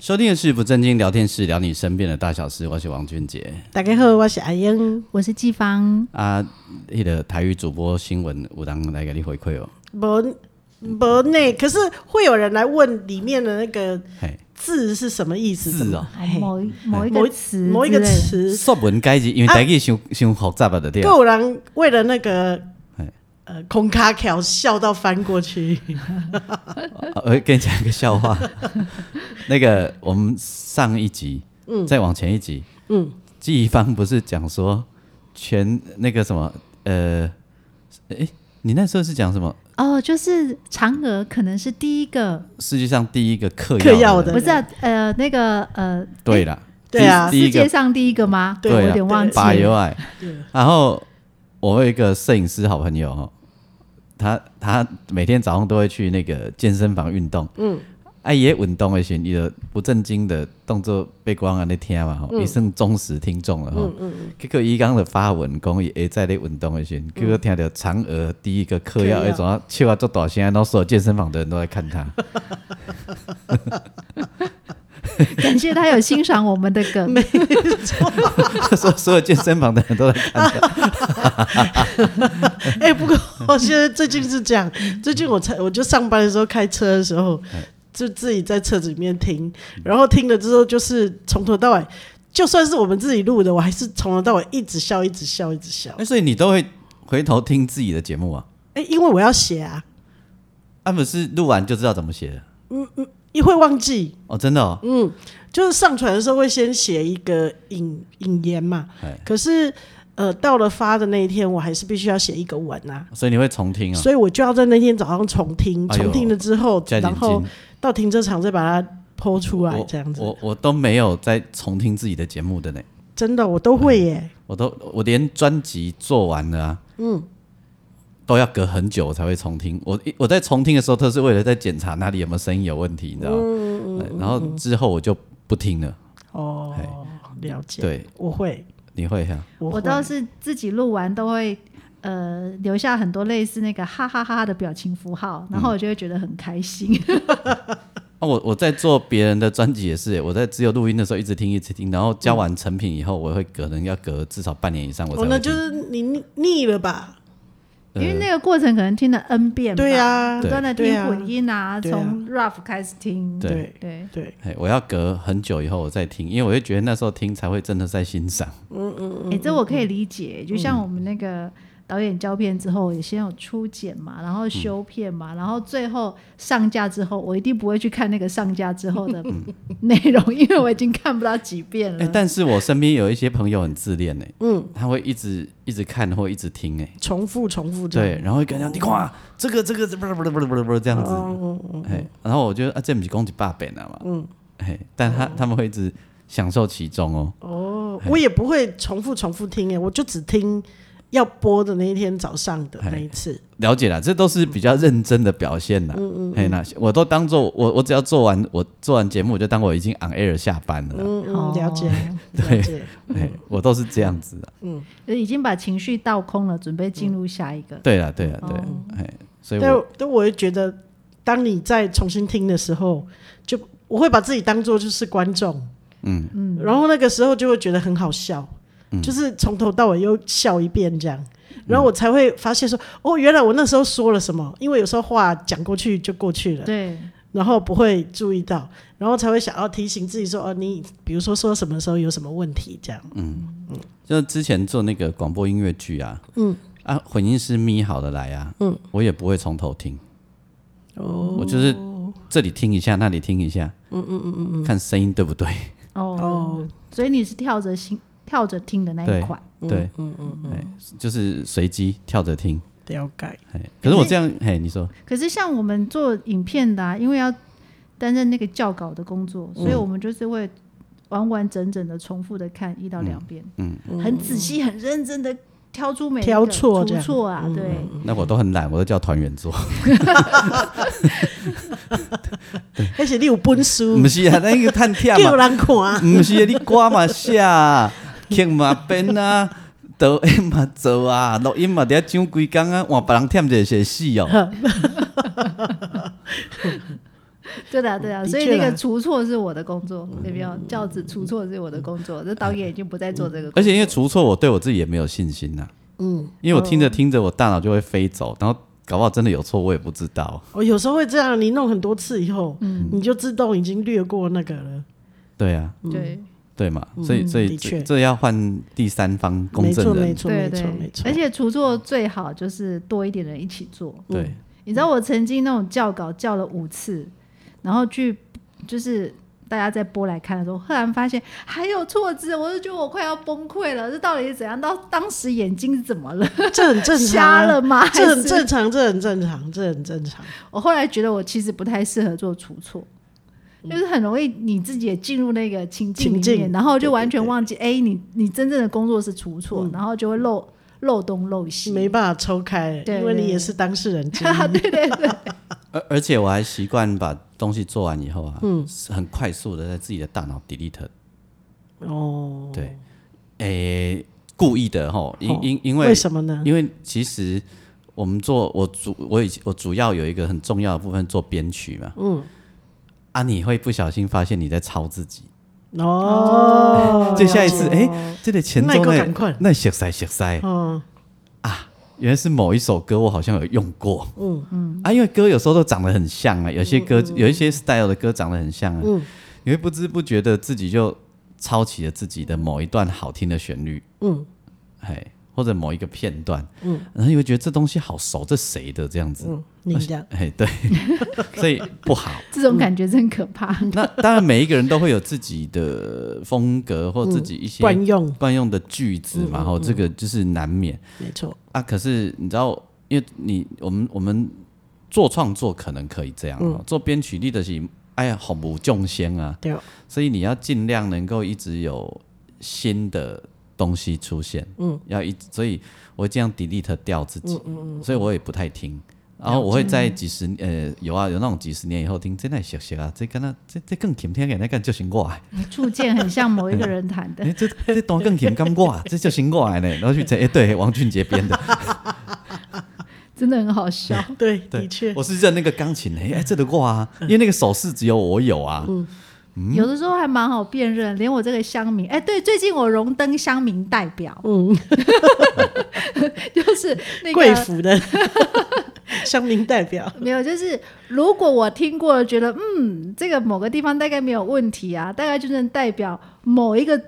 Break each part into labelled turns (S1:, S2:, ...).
S1: 收听的是不正经聊天室，聊你身边的大小事。我是王俊杰
S2: 大家好，我是阿英，
S3: 我是季芳，
S1: 啊，那个台语主播新闻有人来给你回馈哦。
S2: 不不内，可是会有人来问里面的那个
S1: 嘿，
S2: 字是什么意思？
S1: 字哦，
S2: 嘿
S3: 哎某一某一
S2: 某
S3: 个词，
S2: 某一个，词，
S1: 说文解字，因为台语伤伤复杂了对了。
S2: 啊够人为了那个
S1: 嘿
S2: 呃空卡条笑到翻过 去。
S1: 啊我跟你讲一个笑话。 那个我们上一集，嗯，再往前一集，
S2: 嗯，
S1: 季芳不是讲说全那个什么呃，诶，你那时候是讲什么？
S3: 哦，就是嫦娥可能是第一个，
S1: 世界上第一个嗑
S2: 嗑药
S1: 药
S2: 的
S3: 不
S1: 人
S3: 是、啊、呃那个呃，
S1: 对啦，
S2: 对啊
S1: 第
S3: 世
S1: 一个
S3: 界上第一个吗？
S2: 对
S3: 我
S1: 啊
S3: 有点忘记
S1: 把油
S3: 了。
S1: 哎
S2: 对。
S1: 然后我有一个摄影师好朋友哦，他他每天早上都会去那个健身房运动。嗯。啊，伊咧运动的时候，伊就不正经的动作被光安尼听嘛
S2: 嗯
S1: 吼，伊、算忠实听众了吼。结果伊刚就发文讲伊会在咧运动的时候，结果听到嫦娥第一个嗑药，
S2: 嗯嗑药
S1: 那种啊笑啊做大声，然后所有健身房的人都在 看他。
S3: 感谢他有欣赏我们的 梗，
S1: 所所有健身房的人都 在看他。
S2: 哎、不过我现在最近是这样，最近我才我就上班的时候开车的时候，就自己在车子里面听，然后听了之后就是从头到尾，就算是我们自己录的，我还是从头到尾一直笑，一直笑，一直笑
S1: 哎、。所以你都会回头听自己的节目啊？
S2: 哎、因为我要写啊，
S1: 啊，不是录完就知道怎么写的
S2: 也会忘记，
S1: 哦，真的哦，
S2: 嗯就是上传的时候会先写一个引引言嘛
S1: 哎，
S2: 可是呃，到了发的那一天，我还是必须要写一个文啊。
S1: 所以你会重听哦，
S2: 所以我就要在那天早上重听，
S1: 哎呦
S2: 重听了之后，
S1: 加
S2: 然
S1: 点
S2: 后
S1: 睛。
S2: 到停车场再把它剖出来，
S1: 我
S2: 这样子。
S1: 我我都没有在重听自己的节目的呢，
S2: 真的，我都会耶。
S1: 我都我连专辑做完了啊，嗯，都要隔很久我才会重听。我一我在重听的时候，都是为了在检查哪里有没有声音有问题，你知道吗？
S2: 嗯
S1: 对然后之后我就不听了。
S2: 哦
S1: 嘿，
S2: 了解。
S1: 哎对，
S2: 我会，
S1: 你会啊哈？
S2: 我
S3: 我
S2: 会。
S3: 倒是自己录完都会呃留下很多类似那个哈哈哈哈的表情符号，然后我就会觉得很开 心。
S1: 啊，我我在做别人的专辑也是，我在只有录音的时候一直听一直听，然后交完成品以后，我会隔人要隔至少半年以上我
S2: 嗯哦
S1: 才会，听。
S2: 那就是你腻腻了吧？
S3: 因为那个过程可能听了 N 遍吧，
S2: 对呀
S3: 不断的
S2: 对
S3: 听
S2: 啊
S3: 混音啊，
S2: 对啊
S3: 从 rough 开始听，
S1: 对
S2: 对
S3: 对，
S2: 对，
S1: 哎，我要隔很久以后我再听，因为我会觉得那时候听才会真的在欣赏。 嗯
S3: 哎，这我可以理解，就像我们那个。导演胶片之后，也先有初剪嘛，然
S1: 嗯
S3: 后修片嘛，然后最后上架之后，我一定不会去看那个上架之后的 内容，因为我已经看不到几遍
S1: 哎、
S3: 了。
S1: 嗯但是我身边有一些朋友很自恋哎、嗯，他会一直一直看或一直听哎、
S2: 重复重复这样。
S1: 对，然后会跟他讲你看啊这个这个不是不是不是不是不是这样子，哎、然后我觉得啊这不是攻击爸本啊嘛，嗯，哎、但他他们会一直享受其中哦，
S2: 哦，我也不会重复重复听耶，欸我就只听要播的那一天早上的那一次。
S1: 了解啦，这都是比较认真的表现啦，嗯嗯，哎、那我都当做我我只要做完我做完节目，我就当我已经 on air 下班了啦，
S2: 嗯嗯，
S3: 哦
S2: 了解，
S1: 对
S2: 了解。
S1: 哎、我都是这样子的，
S3: 就哦已经把情绪倒空了，准备进入下一个。
S1: 对啦对啦 对啦，哎、所以
S2: 但
S1: 我
S2: 但我也觉得，当你再重新听的时候，就我会把自己当做就是观众，
S1: 嗯
S2: 嗯，然后那个时候就会觉得很好笑，就是从头到尾又笑一遍这样，
S1: 嗯
S2: 然后我才会发现说，哦，原来我那时候说了什么，因为有时候话讲过去就过去
S1: 嗯
S2: 了，
S3: 对，
S2: 然后不会注意到，然后才会想要提醒自己说，哦，你比如说说什么时候有什么问题这样，
S1: 嗯就之前做那个广播音乐剧啊，嗯，啊，混音师咪好的来啊，嗯，我也不会从头听，哦，我就是这里听一下，那里听一下，嗯嗯嗯嗯， 看声音对不对？
S3: 哦，所以你是跳着心跳着听的那一
S1: 对
S3: 款，
S1: 对，嗯嗯嗯，就是随机跳着听，
S2: 了解，
S1: 哎，可是我这样，嘿，你说，
S3: 可是像我们做影片的、啊，因为要担任那个校稿的工作，所
S2: 嗯
S3: 以我们就是会完完整整的重复的看一到两遍，
S1: 嗯
S3: 很仔细、很认真的挑出每一个
S2: 挑错这
S3: 出
S2: 样嗯
S3: 错啊，对，
S1: 那我都很懒，我都叫团员做。
S2: 而哎且你有本事，
S1: 不是啊，那个探跳
S2: 叫
S1: 嘛，
S2: 人看啊。
S1: 不是啊，你歌嘛写 啊，曲嘛编啊，抖音嘛做啊，录音嘛伫遐上几工啊，换别人忝者是死哦。
S3: 对的啊，对啊，
S2: 嗯的
S3: 所以
S2: 确
S3: 那个
S2: 啦嗯
S3: 除错是我的工作，对不对？教子除错是我的工作，这导演已经不再做这个工作，
S1: 而且因为除错，我对我自己也没有信心呐、嗯，因为我听着听着，我大脑就会飞走，然后搞不好真的有错，我也不知道。
S2: 我哦有时候会这样，你弄很多次以后，
S3: 嗯
S2: 你就自动已经略过那个了。
S1: 对啊，
S2: 嗯
S3: 对
S1: 对嘛，所以所以
S2: 的
S1: 这
S2: 确
S1: 这要换第三方公
S2: 没错，
S1: 证
S2: 没
S1: 人。
S2: 错，
S3: 对
S2: 没错，
S3: 对
S2: 没，错
S3: 而。且除错最好就是多一点人一起做，
S2: 嗯
S1: 对，
S3: 你知道我曾经那种校稿校了五次，然后去就是大家在播来看的时候，忽然发现还有错字，我就觉得我快要崩溃了。这到底是怎样？到当时眼睛怎么 了？
S2: 这很正常
S3: 哎瞎
S2: 啊，
S3: 了吗？
S2: 这
S3: 还
S2: 很
S3: 是
S2: 正常，这很正常，这很正常。
S3: 我后来觉得我其实不太适合做除错。就是很容易你自己也进入那个情境里
S2: 嗯情境
S3: 面，然后就完全忘记，哎、你你真正的工作是除错，然后就会漏漏东漏
S2: 嗯
S3: 西。
S2: 没办法抽开，
S3: 对
S2: 因为
S3: 对
S2: 你也是当事人之一。
S3: 对对对，
S1: 而而且我还习惯把东西做完以后啊，
S2: 嗯
S1: 是很快速的在自己的大脑 delete。
S2: 哦，
S1: 对，诶、故意的吼，因
S2: 哦
S1: 因因
S2: 为
S1: 为
S2: 什么呢？
S1: 因为其实我们做我主我以前我主要有一个很重要的部分做编曲嘛，嗯，啊，你会不小心发现你在抄自己，
S2: 哦，
S1: 就下一次
S2: 了解
S1: 诶，这个前奏
S2: 那还
S1: 那
S2: 够赶快
S1: 那写塞写塞，啊
S2: 哦，
S1: 原来是某一首歌我好像有用过，嗯嗯，啊，因为歌有时候都长得很像啊，有些
S2: 嗯
S1: 歌、有一些 style 的歌长得很像啊，你会不知不觉的自己就抄起了自己的某一段好听的旋律，
S2: 嗯，
S1: 哎，或者某一个片段，嗯，然后你会觉得这东西好熟，这谁的这样子，
S2: 嗯，你讲
S1: 哎，对， 所以不好。
S3: 这
S2: 嗯
S3: 种感觉真可怕。
S1: 那当然，每一个人都会有自己的风格或自己一些
S2: 嗯惯用
S1: 惯用的句子嘛，然后这个就是难免
S2: 没错，
S1: 啊。可是你知道，因为你我们我们做创作可能可以这样哦，做编曲力的是哎呀，好无重心啊，
S2: 对哦，
S1: 所以你要尽量能够一直有新的东西出现，嗯，要一直，所以我会这样 delete 掉自己，嗯嗯所以我也不太听。然后我会在几十呃有啊有那种几十年以后听，真的熟悉啊，这跟那这这更甜甜的那个就行过来，
S3: 触键很像某一个人弹的
S1: 哎，这这段更甜甘 过啊，这就行过来呢。然后去这哎对，王俊杰编的，
S3: 真的很好笑。
S2: 对，
S1: 对
S2: 的确，
S1: 我是认那个钢琴的，哎这个过啊，
S3: 嗯
S1: 因为那个手势只有我有啊，
S2: 嗯
S3: 有的时候还蛮好辨认，连我这个乡民，哎、对，最近我荣登乡民代表，嗯， 就是那
S2: 贵
S3: 个
S2: 府的 乡民代表，
S3: 没有，就是如果我听过了，觉得嗯，这个某个地方大概没有问题啊，大概就是代表某一个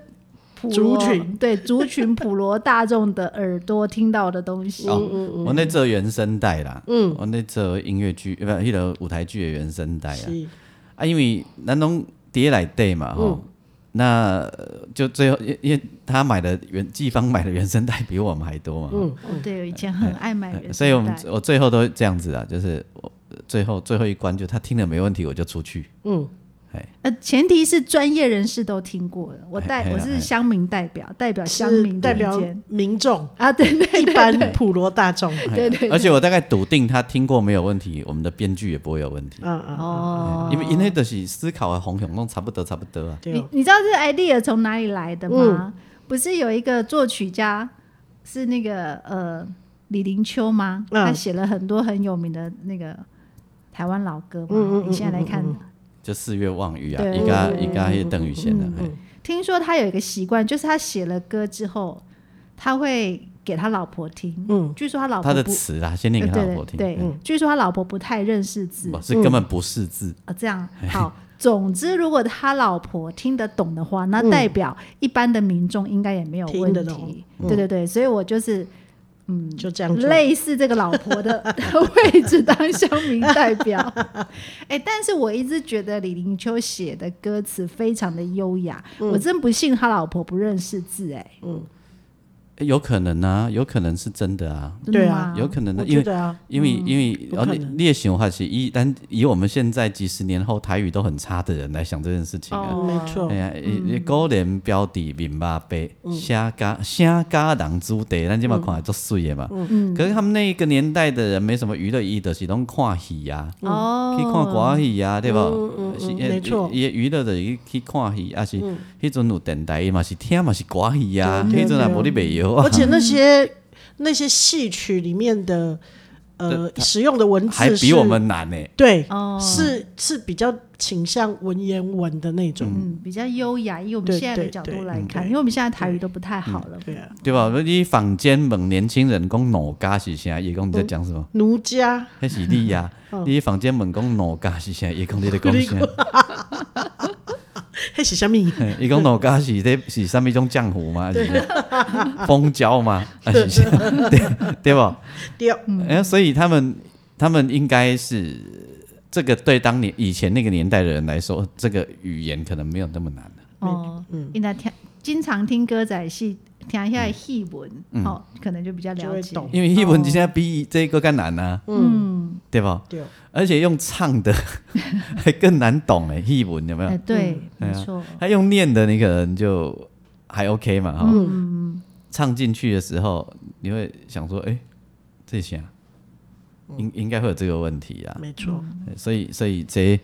S3: 普罗
S2: 族群，
S3: 对族群普罗大众的耳朵听到的东西，
S1: 哦，我那只有原声带啦，嗯，我那只有音乐剧，呃不，迄个舞台剧的原声带啦。
S2: 是
S1: 啊，因为咱拢碟来对嘛，
S3: 嗯
S1: 吼，那呃就最后，因因为他买的原季方买的原声带比我们还多嘛，吼
S3: 哦对，以前很爱买
S2: 哎
S3: 原声带，
S1: 所以我们我最后都会这样子啊，就是我呃最后最后一关，就他听了没问题，我就出去。
S3: 呃，前提是专业人士都听过了，我代
S2: 哎
S1: 嘿嘿
S3: 我是乡民代表，代表乡
S2: 是
S3: 民
S2: 代
S3: 的意
S2: 表
S3: 见
S2: 民众，
S3: 啊，对对
S2: 一般普罗大众，
S3: 对对对
S1: 而且我大概笃定他听过没有问题，我们的编剧也不会有问题，
S2: 嗯嗯，
S3: 哦，
S1: 因为因为都是思考啊的红熊弄差不多差不多啊。
S2: 对
S3: 你
S2: 哦，
S3: 你知道这个 idea 从哪里来的吗？不是有一个作曲家是那个呃李林秋吗？
S2: 嗯
S3: 他写了很多很有名的那个台湾老歌嘛，
S2: 嗯嗯嗯
S3: 你现在来看。
S1: 就四月望雨啊，
S3: 对
S1: 一个一个也邓宇贤的，啊嘿
S3: 听说他有一个习惯，就是他写了歌之后，他会给他老婆听。
S2: 嗯
S3: 据说他老婆
S1: 他的
S3: 不
S1: 词啦，先念给
S3: 呃
S1: 他
S3: 对
S1: 老婆听。
S3: 哦对，
S1: 嗯
S3: 据说他老婆不太认识字
S1: 不是根本不识字，
S3: 啊。这样好，总之如果他老婆听得懂的话，那代表一般的民众应该也没有
S2: 嗯听
S3: 问
S2: 得嗯
S3: 题。对对对，所以我就是嗯。
S2: 就这样做，
S3: 类似这个老婆 的位置当乡民代表，哎、但是我一直觉得李林秋写的歌
S2: 嗯
S3: 词非常的优雅，我真不信他老婆不认识字、哎、
S1: 诶有可能啊，有可能是真的啊，
S3: 真的
S2: 对啊
S3: 吗
S1: 有可能的、
S2: 我
S1: 因
S2: 觉
S1: 为
S2: 得啊，
S1: 因为、因为
S2: 有
S1: 哦，
S2: 可
S1: 你
S2: 能
S1: 你也想法是以但以我们现在几十年后台语都很差的人来想这件事情啊，
S3: 哦
S2: 没错
S1: 哎，呀，
S2: 嗯
S1: 你高连标底明白呗，虾嘎虾嘎人主题，咱今嘛看来足水的嘛。
S3: 嗯
S1: 可是他们那个年代的人没什么娱乐意义，就是拢看戏呀、
S3: 哦，
S1: 去看歌戏啊，对吧？
S2: 嗯嗯嗯
S1: 是
S2: 没错嗯
S1: 伊娱乐就是去去看戏，啊是迄阵有电台嘛是听嘛是歌戏啊，
S2: 对对
S1: 迄阵也无你袂摇啊
S2: 而，且那些那些戏曲里面的呃使用的文字
S1: 还比
S2: 是
S1: 我们难呢、
S2: 对
S3: 哦，
S2: 是是比较倾向文言文的那种，
S3: 嗯，比较优雅，以我们
S2: 对
S3: 现在的
S2: 对
S3: 角
S2: 对
S3: 度来
S2: 嗯
S3: 看，
S2: 对
S3: 因为我们现在台语都不太好了，
S2: 对啊，
S1: 对吧？你坊间问年轻人讲哪家是啥，伊讲你在讲什么？
S2: 奴家
S1: 迄是你呀、
S2: 嗯
S1: 你坊间问讲哪家是啥，伊讲你在 讲啥？
S2: 还写下 面
S1: 嘿伊讲哪家是咧是啥物种浆糊吗？还是 啥蜂胶吗？还是啥？ 对对吧？
S2: 掉，
S1: 哎、所以他们他们应该是这个对当年以前那个年代的人来说，这个语言可能没有那么难的、
S3: 哦，
S2: 嗯
S3: 应该听经常听歌仔戏，听一下戏文，
S1: 嗯
S3: 哦，可能就比较
S2: 就
S3: 了
S2: 会
S3: 解。
S2: 懂
S1: 因为译文现在比这个更难啊，
S3: 嗯，
S1: 对吧？
S2: 对
S1: 而且用唱的 还更难懂哎，译文有没有？
S3: 哎，对，
S1: 嗯
S3: 没
S1: 对啊
S3: 错，
S1: 他用念的，你可能就还 OK 嘛哈、
S3: 嗯，
S1: 唱进去的时候，你会想说，哎、这些、啊、应应该会有这个问题啊，
S2: 没错，
S3: 嗯
S1: 所以所以这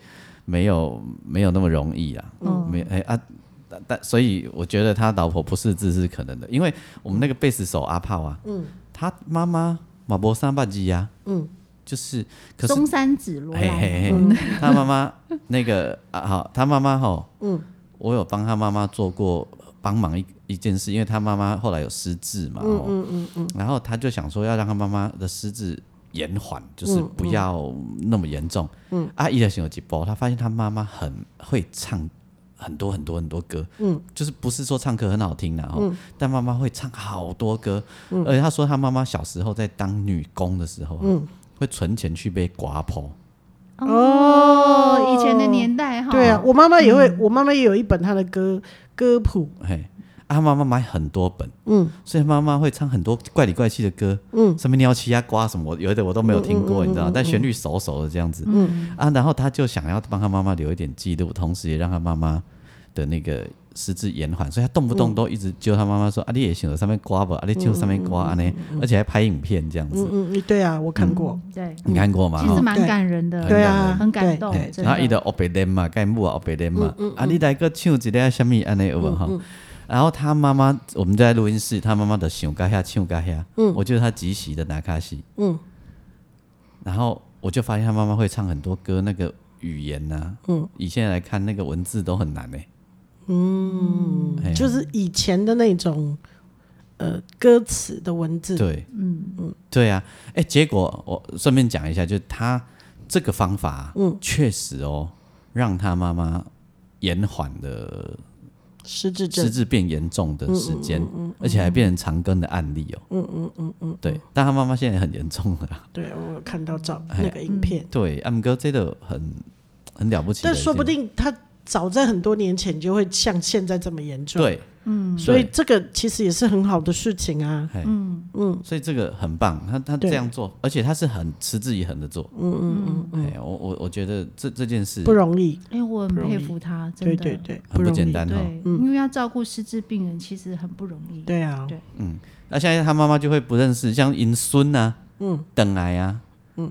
S1: 没有没有那么容易啊。
S3: 哦，
S1: 没哎、啊，但但所以我觉得他老婆不识字是可能的，因为我们那个贝斯手阿炮啊，嗯，他妈妈马博三巴基呀，嗯，就是可是
S3: 中山紫罗
S1: 嘿
S3: 兰，
S1: 嘿嘿，他妈妈那个啊好，他妈妈吼，嗯，我有帮他妈妈做过帮忙一一件事，因为他妈妈后来有失智嘛，嗯嗯嗯然后他就想说要让他妈妈的失智。延缓就是不要那么严重。嗯，阿姨的行有几波，他发现他妈妈很会唱很多很多很多歌，嗯，就是不是说唱歌很好听啦，哦，但妈妈会唱好多歌，而且她说她妈妈小时候在当女工的时候，嗯，会存钱去被刮破，
S3: 哦，以前的年代哈，
S2: 对啊，我妈妈也
S3: 嗯
S2: 会，我妈妈也有一本她的歌歌谱，
S1: 嘿，啊，妈妈买很多本，嗯，所以妈妈会唱很多怪里怪气的歌，嗯，什么鸟七啊、瓜什么，我有的我都没有听过，你知道吗，但旋律熟熟的这样子，嗯啊，然后他就想要帮他妈妈留一点记录，同时也让他妈妈的那个失智延缓，所以他动不动都一直揪他妈妈说、啊，你也想上面瓜吧，啊，你就上面瓜啊呢，而且还拍影片这样子，
S2: 嗯嗯，对啊，我看过，
S3: 嗯对，
S1: 你看过吗？
S3: 其实蛮
S2: 对
S3: 感人的，
S2: 对啊，
S3: 很感
S2: 对
S3: 动
S1: 嘿，
S3: 真
S1: 然后伊
S3: 的。
S1: 就黑白练嘛，盖木啊黑白练嘛，啊，你来个唱一个什么安尼有无吼？然后他妈妈，我们在录音室，他妈妈的想嘎遐唱嘎遐，我觉得他极其的拿卡西，
S2: 嗯
S1: 然后我就发现他妈妈会唱很多歌，那个语言呐，嗯，以现在来看那个文字都很难诶，
S2: 嗯，
S1: 哎呀
S2: 就是以前的那种呃歌词的文字，
S1: 对，嗯嗯，对啊，哎，结果我顺便讲一下，就他这个方法，嗯，确实哦，让他妈妈延缓了。
S2: 失智
S1: 失
S2: 症，
S1: 智变严重的时间，而且还变成长庚的案例哦。嗯嗯嗯嗯嗯，对，但他妈妈现在很严重了啦。
S2: 对我有看到照
S1: 哎
S2: 那个影片，
S1: 对，阿姆哥这个很很了不起的一
S2: 但
S1: 件，
S2: 说不定他早在很多年前就会像现在这么严重，，
S1: 对，嗯，
S2: 所以这个其实也是很好的事情啊，
S1: 嗯嗯，所以这个很棒，他他
S2: 对
S1: 这样做，而且他是很持之以恒的做。嗯嗯嗯，哎，我我我觉得这这件事
S2: 不容易，
S3: 哎，我很佩服他，真
S2: 对
S3: 的，
S2: 对对，
S1: 很不
S2: 容易
S1: 简，单哈。
S3: 对，因为要照顾失智病人其实很不容易。
S2: 对啊，
S3: 对
S1: 那现在他妈妈就会不认识，像因孙啊，嗯，等来啊，嗯，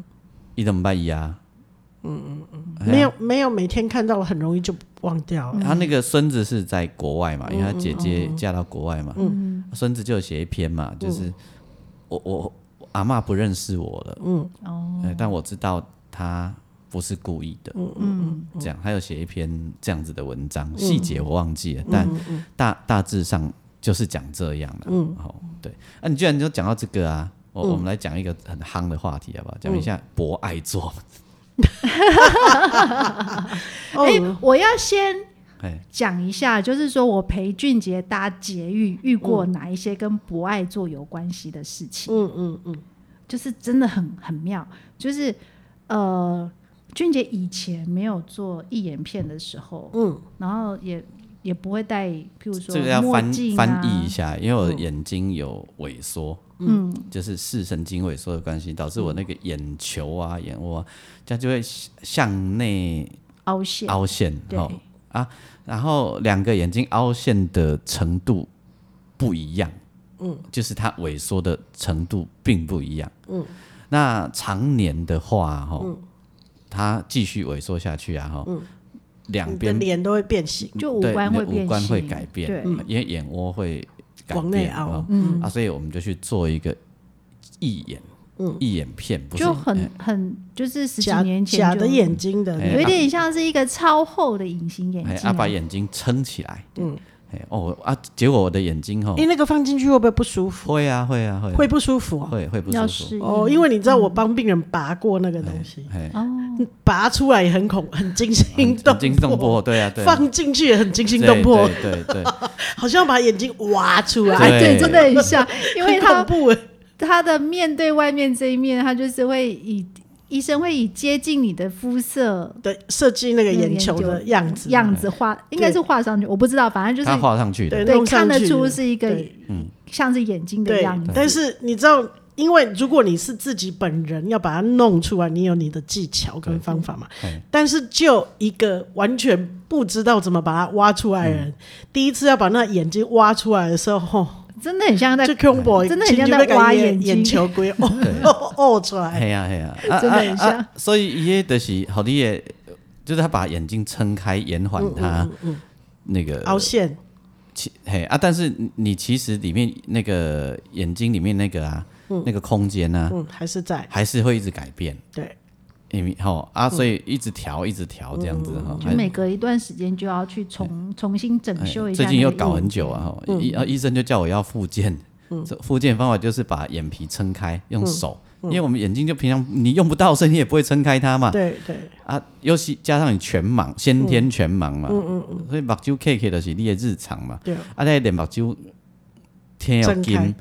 S1: 伊都唔捌伊啊，哎呀
S2: 没有没有每天看到了，很容易就忘掉
S3: 嗯
S2: 了，
S1: 他那个孙子是在国外嘛，因为他姐姐嫁到国外嘛，
S3: 嗯
S1: 孙子就有写一篇嘛，就是我我我阿嬷不认识我了，
S3: 哦，
S1: 哎但我知道他不是故意的，
S3: 嗯，
S1: 这样他有写一篇这样子的文章，细节我忘记
S3: 嗯
S1: 了，但大大致上就是讲这样的，
S3: 嗯
S1: 哦，对，啊，你居然就讲到这个啊，我我们来讲一个很夯的话题好不好？讲一
S3: 嗯
S1: 下博爱座，
S3: 哎
S2: 哦，，
S3: 我要先
S1: 哎，
S3: 讲一下，就是说我陪俊杰搭捷运遇过哪一些跟博爱座有关系的事情，
S2: 嗯嗯嗯，
S3: 就是真的很很妙，就是呃，俊杰以前没有做义演片的时候，
S2: 嗯，
S3: 然后也也不会戴，譬如说
S1: 这个要
S3: 墨
S1: 翻
S3: 镜啊
S1: 翻译一下，因为我的眼睛有萎缩，嗯，就是视神经萎缩的关系，导致我那个眼球啊、眼窝啊，这样就会向内
S3: 凹陷，
S1: 凹陷，
S3: 对
S1: 哦啊，然后两个眼睛凹陷的程度不一样，嗯，就是它萎缩的程度并不一样，嗯，那常年的话，哈、它继续萎缩下去啊，哈、两
S2: 你的
S1: 边
S2: 嗯脸都会变形，
S3: 就五
S1: 对
S3: 官
S1: 你
S3: 会
S1: 的
S3: 变
S1: 五官会
S3: 形
S1: 改变，嗯
S3: 对，
S1: 因为眼窝会改
S2: 往内
S1: 变
S2: 凹嗯
S1: 哦啊，所以我们就去做一个义眼，
S2: 嗯
S1: 义眼片不是
S3: 就很很就是十几
S2: 假
S3: 年前
S2: 假
S3: 就
S2: 的眼睛的
S1: 哎
S3: 有一
S1: 啊
S3: 点像是一个超厚的隐形眼
S1: 哎，
S3: 镜
S1: 啊，
S3: 啊，
S1: 把眼睛撑起来，嗯，哎哦啊，结果我的眼睛哈
S2: 哎、，那个放进去会不会不舒服？
S1: 会啊会啊会
S2: 会不舒服哦。
S1: 会会不
S3: 要
S1: 舒服，啊
S3: 适应
S2: 哦，因为你知道我帮病人拔过那个东西，
S1: 哎，
S3: 哦，
S2: 拔出来也很恐，很惊心动
S1: 很惊心动魄，对啊对啊，
S2: 放进去也很惊心动魄，
S1: 对对对，对
S2: 好像把眼睛挖出来，
S3: 哎，
S1: 对
S3: 对，真的很像，因为它
S2: 很恐怖哎。
S3: 它的面对外面这一面，它就是会以医生会以接近你的肤色
S2: 对，设计那个
S3: 那个
S2: 眼
S3: 眼
S2: 球
S3: 球
S2: 的样子，
S3: 样子画，应该是画上去，我不知道，反 正就
S1: 他
S3: 是
S1: 画嗯上去的
S2: 对，
S3: 对
S2: 弄上
S3: 看
S2: 去
S3: 得出是一个
S2: 对
S3: 像是眼睛的
S2: 对
S3: 样子，。
S2: 但是你知道，因为如果你是自己本人要把它弄出来，你有你的技巧跟方法嘛
S1: 对。
S2: 但是就一个完全不知道怎么把它挖出来的
S1: 嗯
S2: 人，第一次要把那眼睛挖出来的时候，吼，
S3: 真的很像在
S2: 就 combo，
S3: 真的很像在挖眼睛
S2: 眼球龟 哦 哦哦出来，
S1: 嘿呀嘿呀，啊
S3: 真的很
S1: 啊
S3: 像
S1: 啊所以伊个就是好你也，就是他把眼睛撑开，延缓
S2: 嗯
S1: 他那个
S2: 凹陷
S1: 其嘿啊，但是你你其实里面那个眼睛里面那个啊，那个空间啊，
S2: 嗯还是在
S1: 还是会一直改变，
S2: 对，
S1: 因为吼啊，所以一直调一直调这样子哎哈。
S3: 嗯就每隔一段时间就要去重重新整
S1: 哎
S3: 修一下
S1: 最
S3: 那个眼睛。嗯
S1: 近又搞很久啊，吼医啊医生就叫我要复健， 这复健方法就是把眼皮撑开，
S3: 嗯
S1: 用手，因为我们眼睛就平常你用不到，所以你也不会撑开它嘛。
S2: 对对
S1: 啊，尤其加上你全盲，先天全盲嘛，所以目睭 K K 就是你的日常嘛。
S2: 嗯对，
S1: 啊，那连目睭天要
S2: 睁开
S1: 金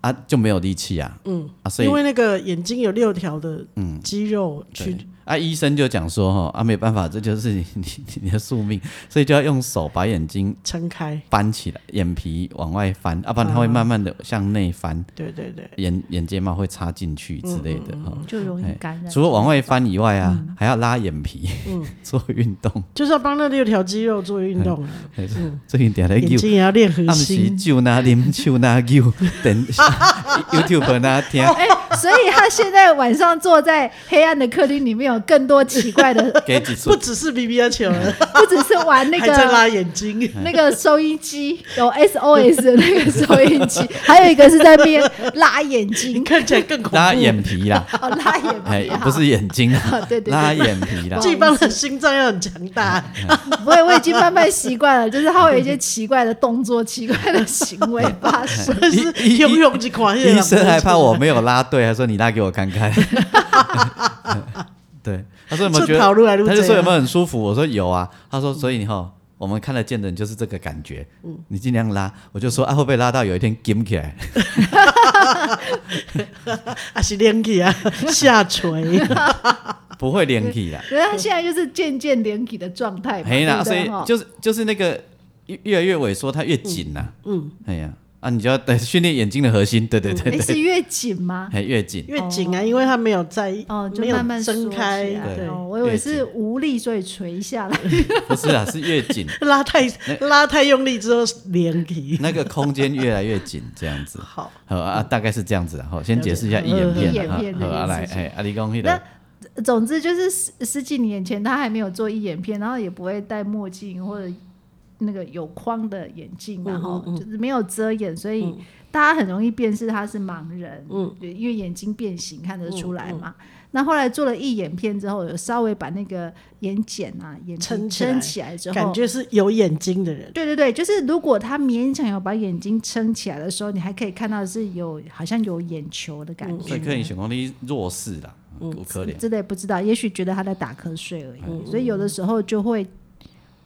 S1: 啊，就没有力气啊。嗯，啊，所以嗯
S2: 因为那个眼睛有六条的肌肉去
S1: 对啊，医生就讲说哈，啊，没办法，这就是你 你你的宿命，所以就要用手把眼睛
S2: 撑开，
S1: 搬起来，眼皮往外翻，啊要、不然它会慢慢的向内翻，
S2: 对对对，
S1: 眼眼睫毛会插进去之类的
S2: 嗯
S1: 哈。
S3: 就容易感染。
S1: 哎除了往外翻以外啊，还要拉眼皮、
S2: 嗯
S1: 做运动。
S2: 就是要帮那六条肌肉做运动啊，
S1: 嗯最近点来
S2: 眼睛也要练核
S1: 暗时
S2: 心，
S1: 酒那啉，酒那酒，等 YouTube 那听，
S3: 哎、所以他现在晚上坐在黑暗的客厅里面，有更多奇怪的，
S1: 给几
S2: 不
S1: 处
S2: 只是 B B 要球 了，
S3: 不只是玩那
S2: 还在
S3: 个
S2: 拉眼睛，
S3: 那个收音机，有 SOS 的那个收音机，还有一个是在边拉眼睛
S2: 你，看起来更恐怖。
S1: 拉眼皮啦，
S3: 哦，拉眼
S1: 哎
S3: 皮、 啊，，
S1: 不是眼睛啊，
S3: 啊，对对
S1: 拉
S3: 对，
S1: 眼皮啦
S3: 不好意，思
S2: 季邦的心脏要很强 大，
S3: 我也我已经慢慢习惯了，就是他会有一些奇怪的动作、奇怪的行为发 生。
S2: 但是
S1: 医医
S2: 游泳就垮下来。
S1: 医生还怕我没有拉对，还说你拉给我看看。 对，他说有没有觉
S2: 这讨论来
S1: 得？
S2: 录
S1: 他就
S2: 这样
S1: 说有没有很舒服？我说有啊。他说所以你哈，我们看得见的人就是这个感觉，你尽量拉。我就说啊，会不会拉到有一天紧起来？
S2: 啊是练起啊， 下垂，
S1: 不会连起啦。
S3: 因为他现在就是渐渐连哎体的状态嘛，
S1: 嘿
S3: 对
S1: 啦，
S3: 不
S1: 所
S3: 对
S1: 以
S3: 哈？
S1: 就是就是那个越越来越萎缩，它越紧呐。嗯，哎呀，啊，你就要对训练眼睛的核心，对对对
S3: 哎， 是
S1: 对，
S3: 越紧吗？
S1: 哎，越紧。
S2: 越紧啊，因为他没有在
S3: 哦，就
S2: 没有
S3: 慢慢缩
S2: 睁
S3: 起
S2: 开，
S3: 来
S2: 对，
S3: 哦，我以为是无力，所以垂下来。
S1: 不是啊，是越 紧，
S2: 拉太拉太用力之后连起，
S1: 那个空间越来越紧，这样子。
S2: 好，
S1: 好啊，大概是这样子啊。好，先解释一下
S2: 嗯
S1: 一眼
S3: 一
S1: 片
S3: 眼
S1: 啊
S3: 片。
S1: 好
S3: 这件
S1: 啊，来
S3: 事，情
S1: 哎，阿里公迄
S3: 那
S1: 个，
S3: 总之就是十十几年前，他还没有做一眼片，然后也不会戴墨镜或者那个有框的眼镜，然
S2: 嗯
S3: 后就是没有遮掩，所以大家很容易辨识他是盲人，嗯，因为眼睛变形看得出来
S2: 嗯
S3: 嘛。那后来做了一眼片之后，有稍微把那个眼睑啊、眼皮
S2: 撑起来
S3: 撑起来之
S2: 感
S3: 后，
S2: 觉是有眼睛的人，
S3: 对对对，就是如果他勉强有把眼睛撑起来的时候，你还可以看到是有好像有眼球的感觉，
S2: 嗯
S1: 所以可能想讲你弱势啦，
S3: 嗯
S1: 有可怜。
S3: 之类不知道，也许觉得他在打瞌睡而已，
S2: 嗯
S3: 所以有的时候就会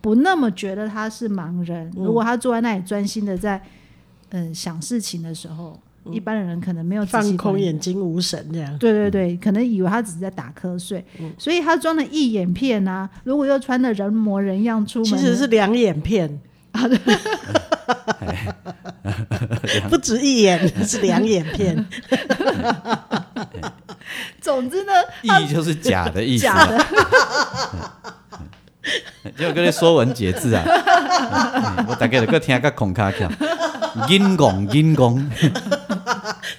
S3: 不那么觉得嗯他是盲人。如果他坐在那里专心的在嗯、呃想事情的时候，一般的人可能没有仔细
S2: 放
S3: 观
S2: 空
S3: 察
S2: 眼嗯睛无神这样，
S3: 对对对，可能以为他只是在打瞌睡，
S2: 嗯
S3: 所以他装了一眼片啊。如果又穿的人模人样出门
S2: 其
S3: 呢，
S2: 实是两眼 片，不止一眼，是两眼片，
S3: 总之呢，
S1: 意就是假的意 思
S3: 假
S1: 啊。就跟你说文解 字啊，嗯我大概就搁听个孔卡卡， 阴公阴公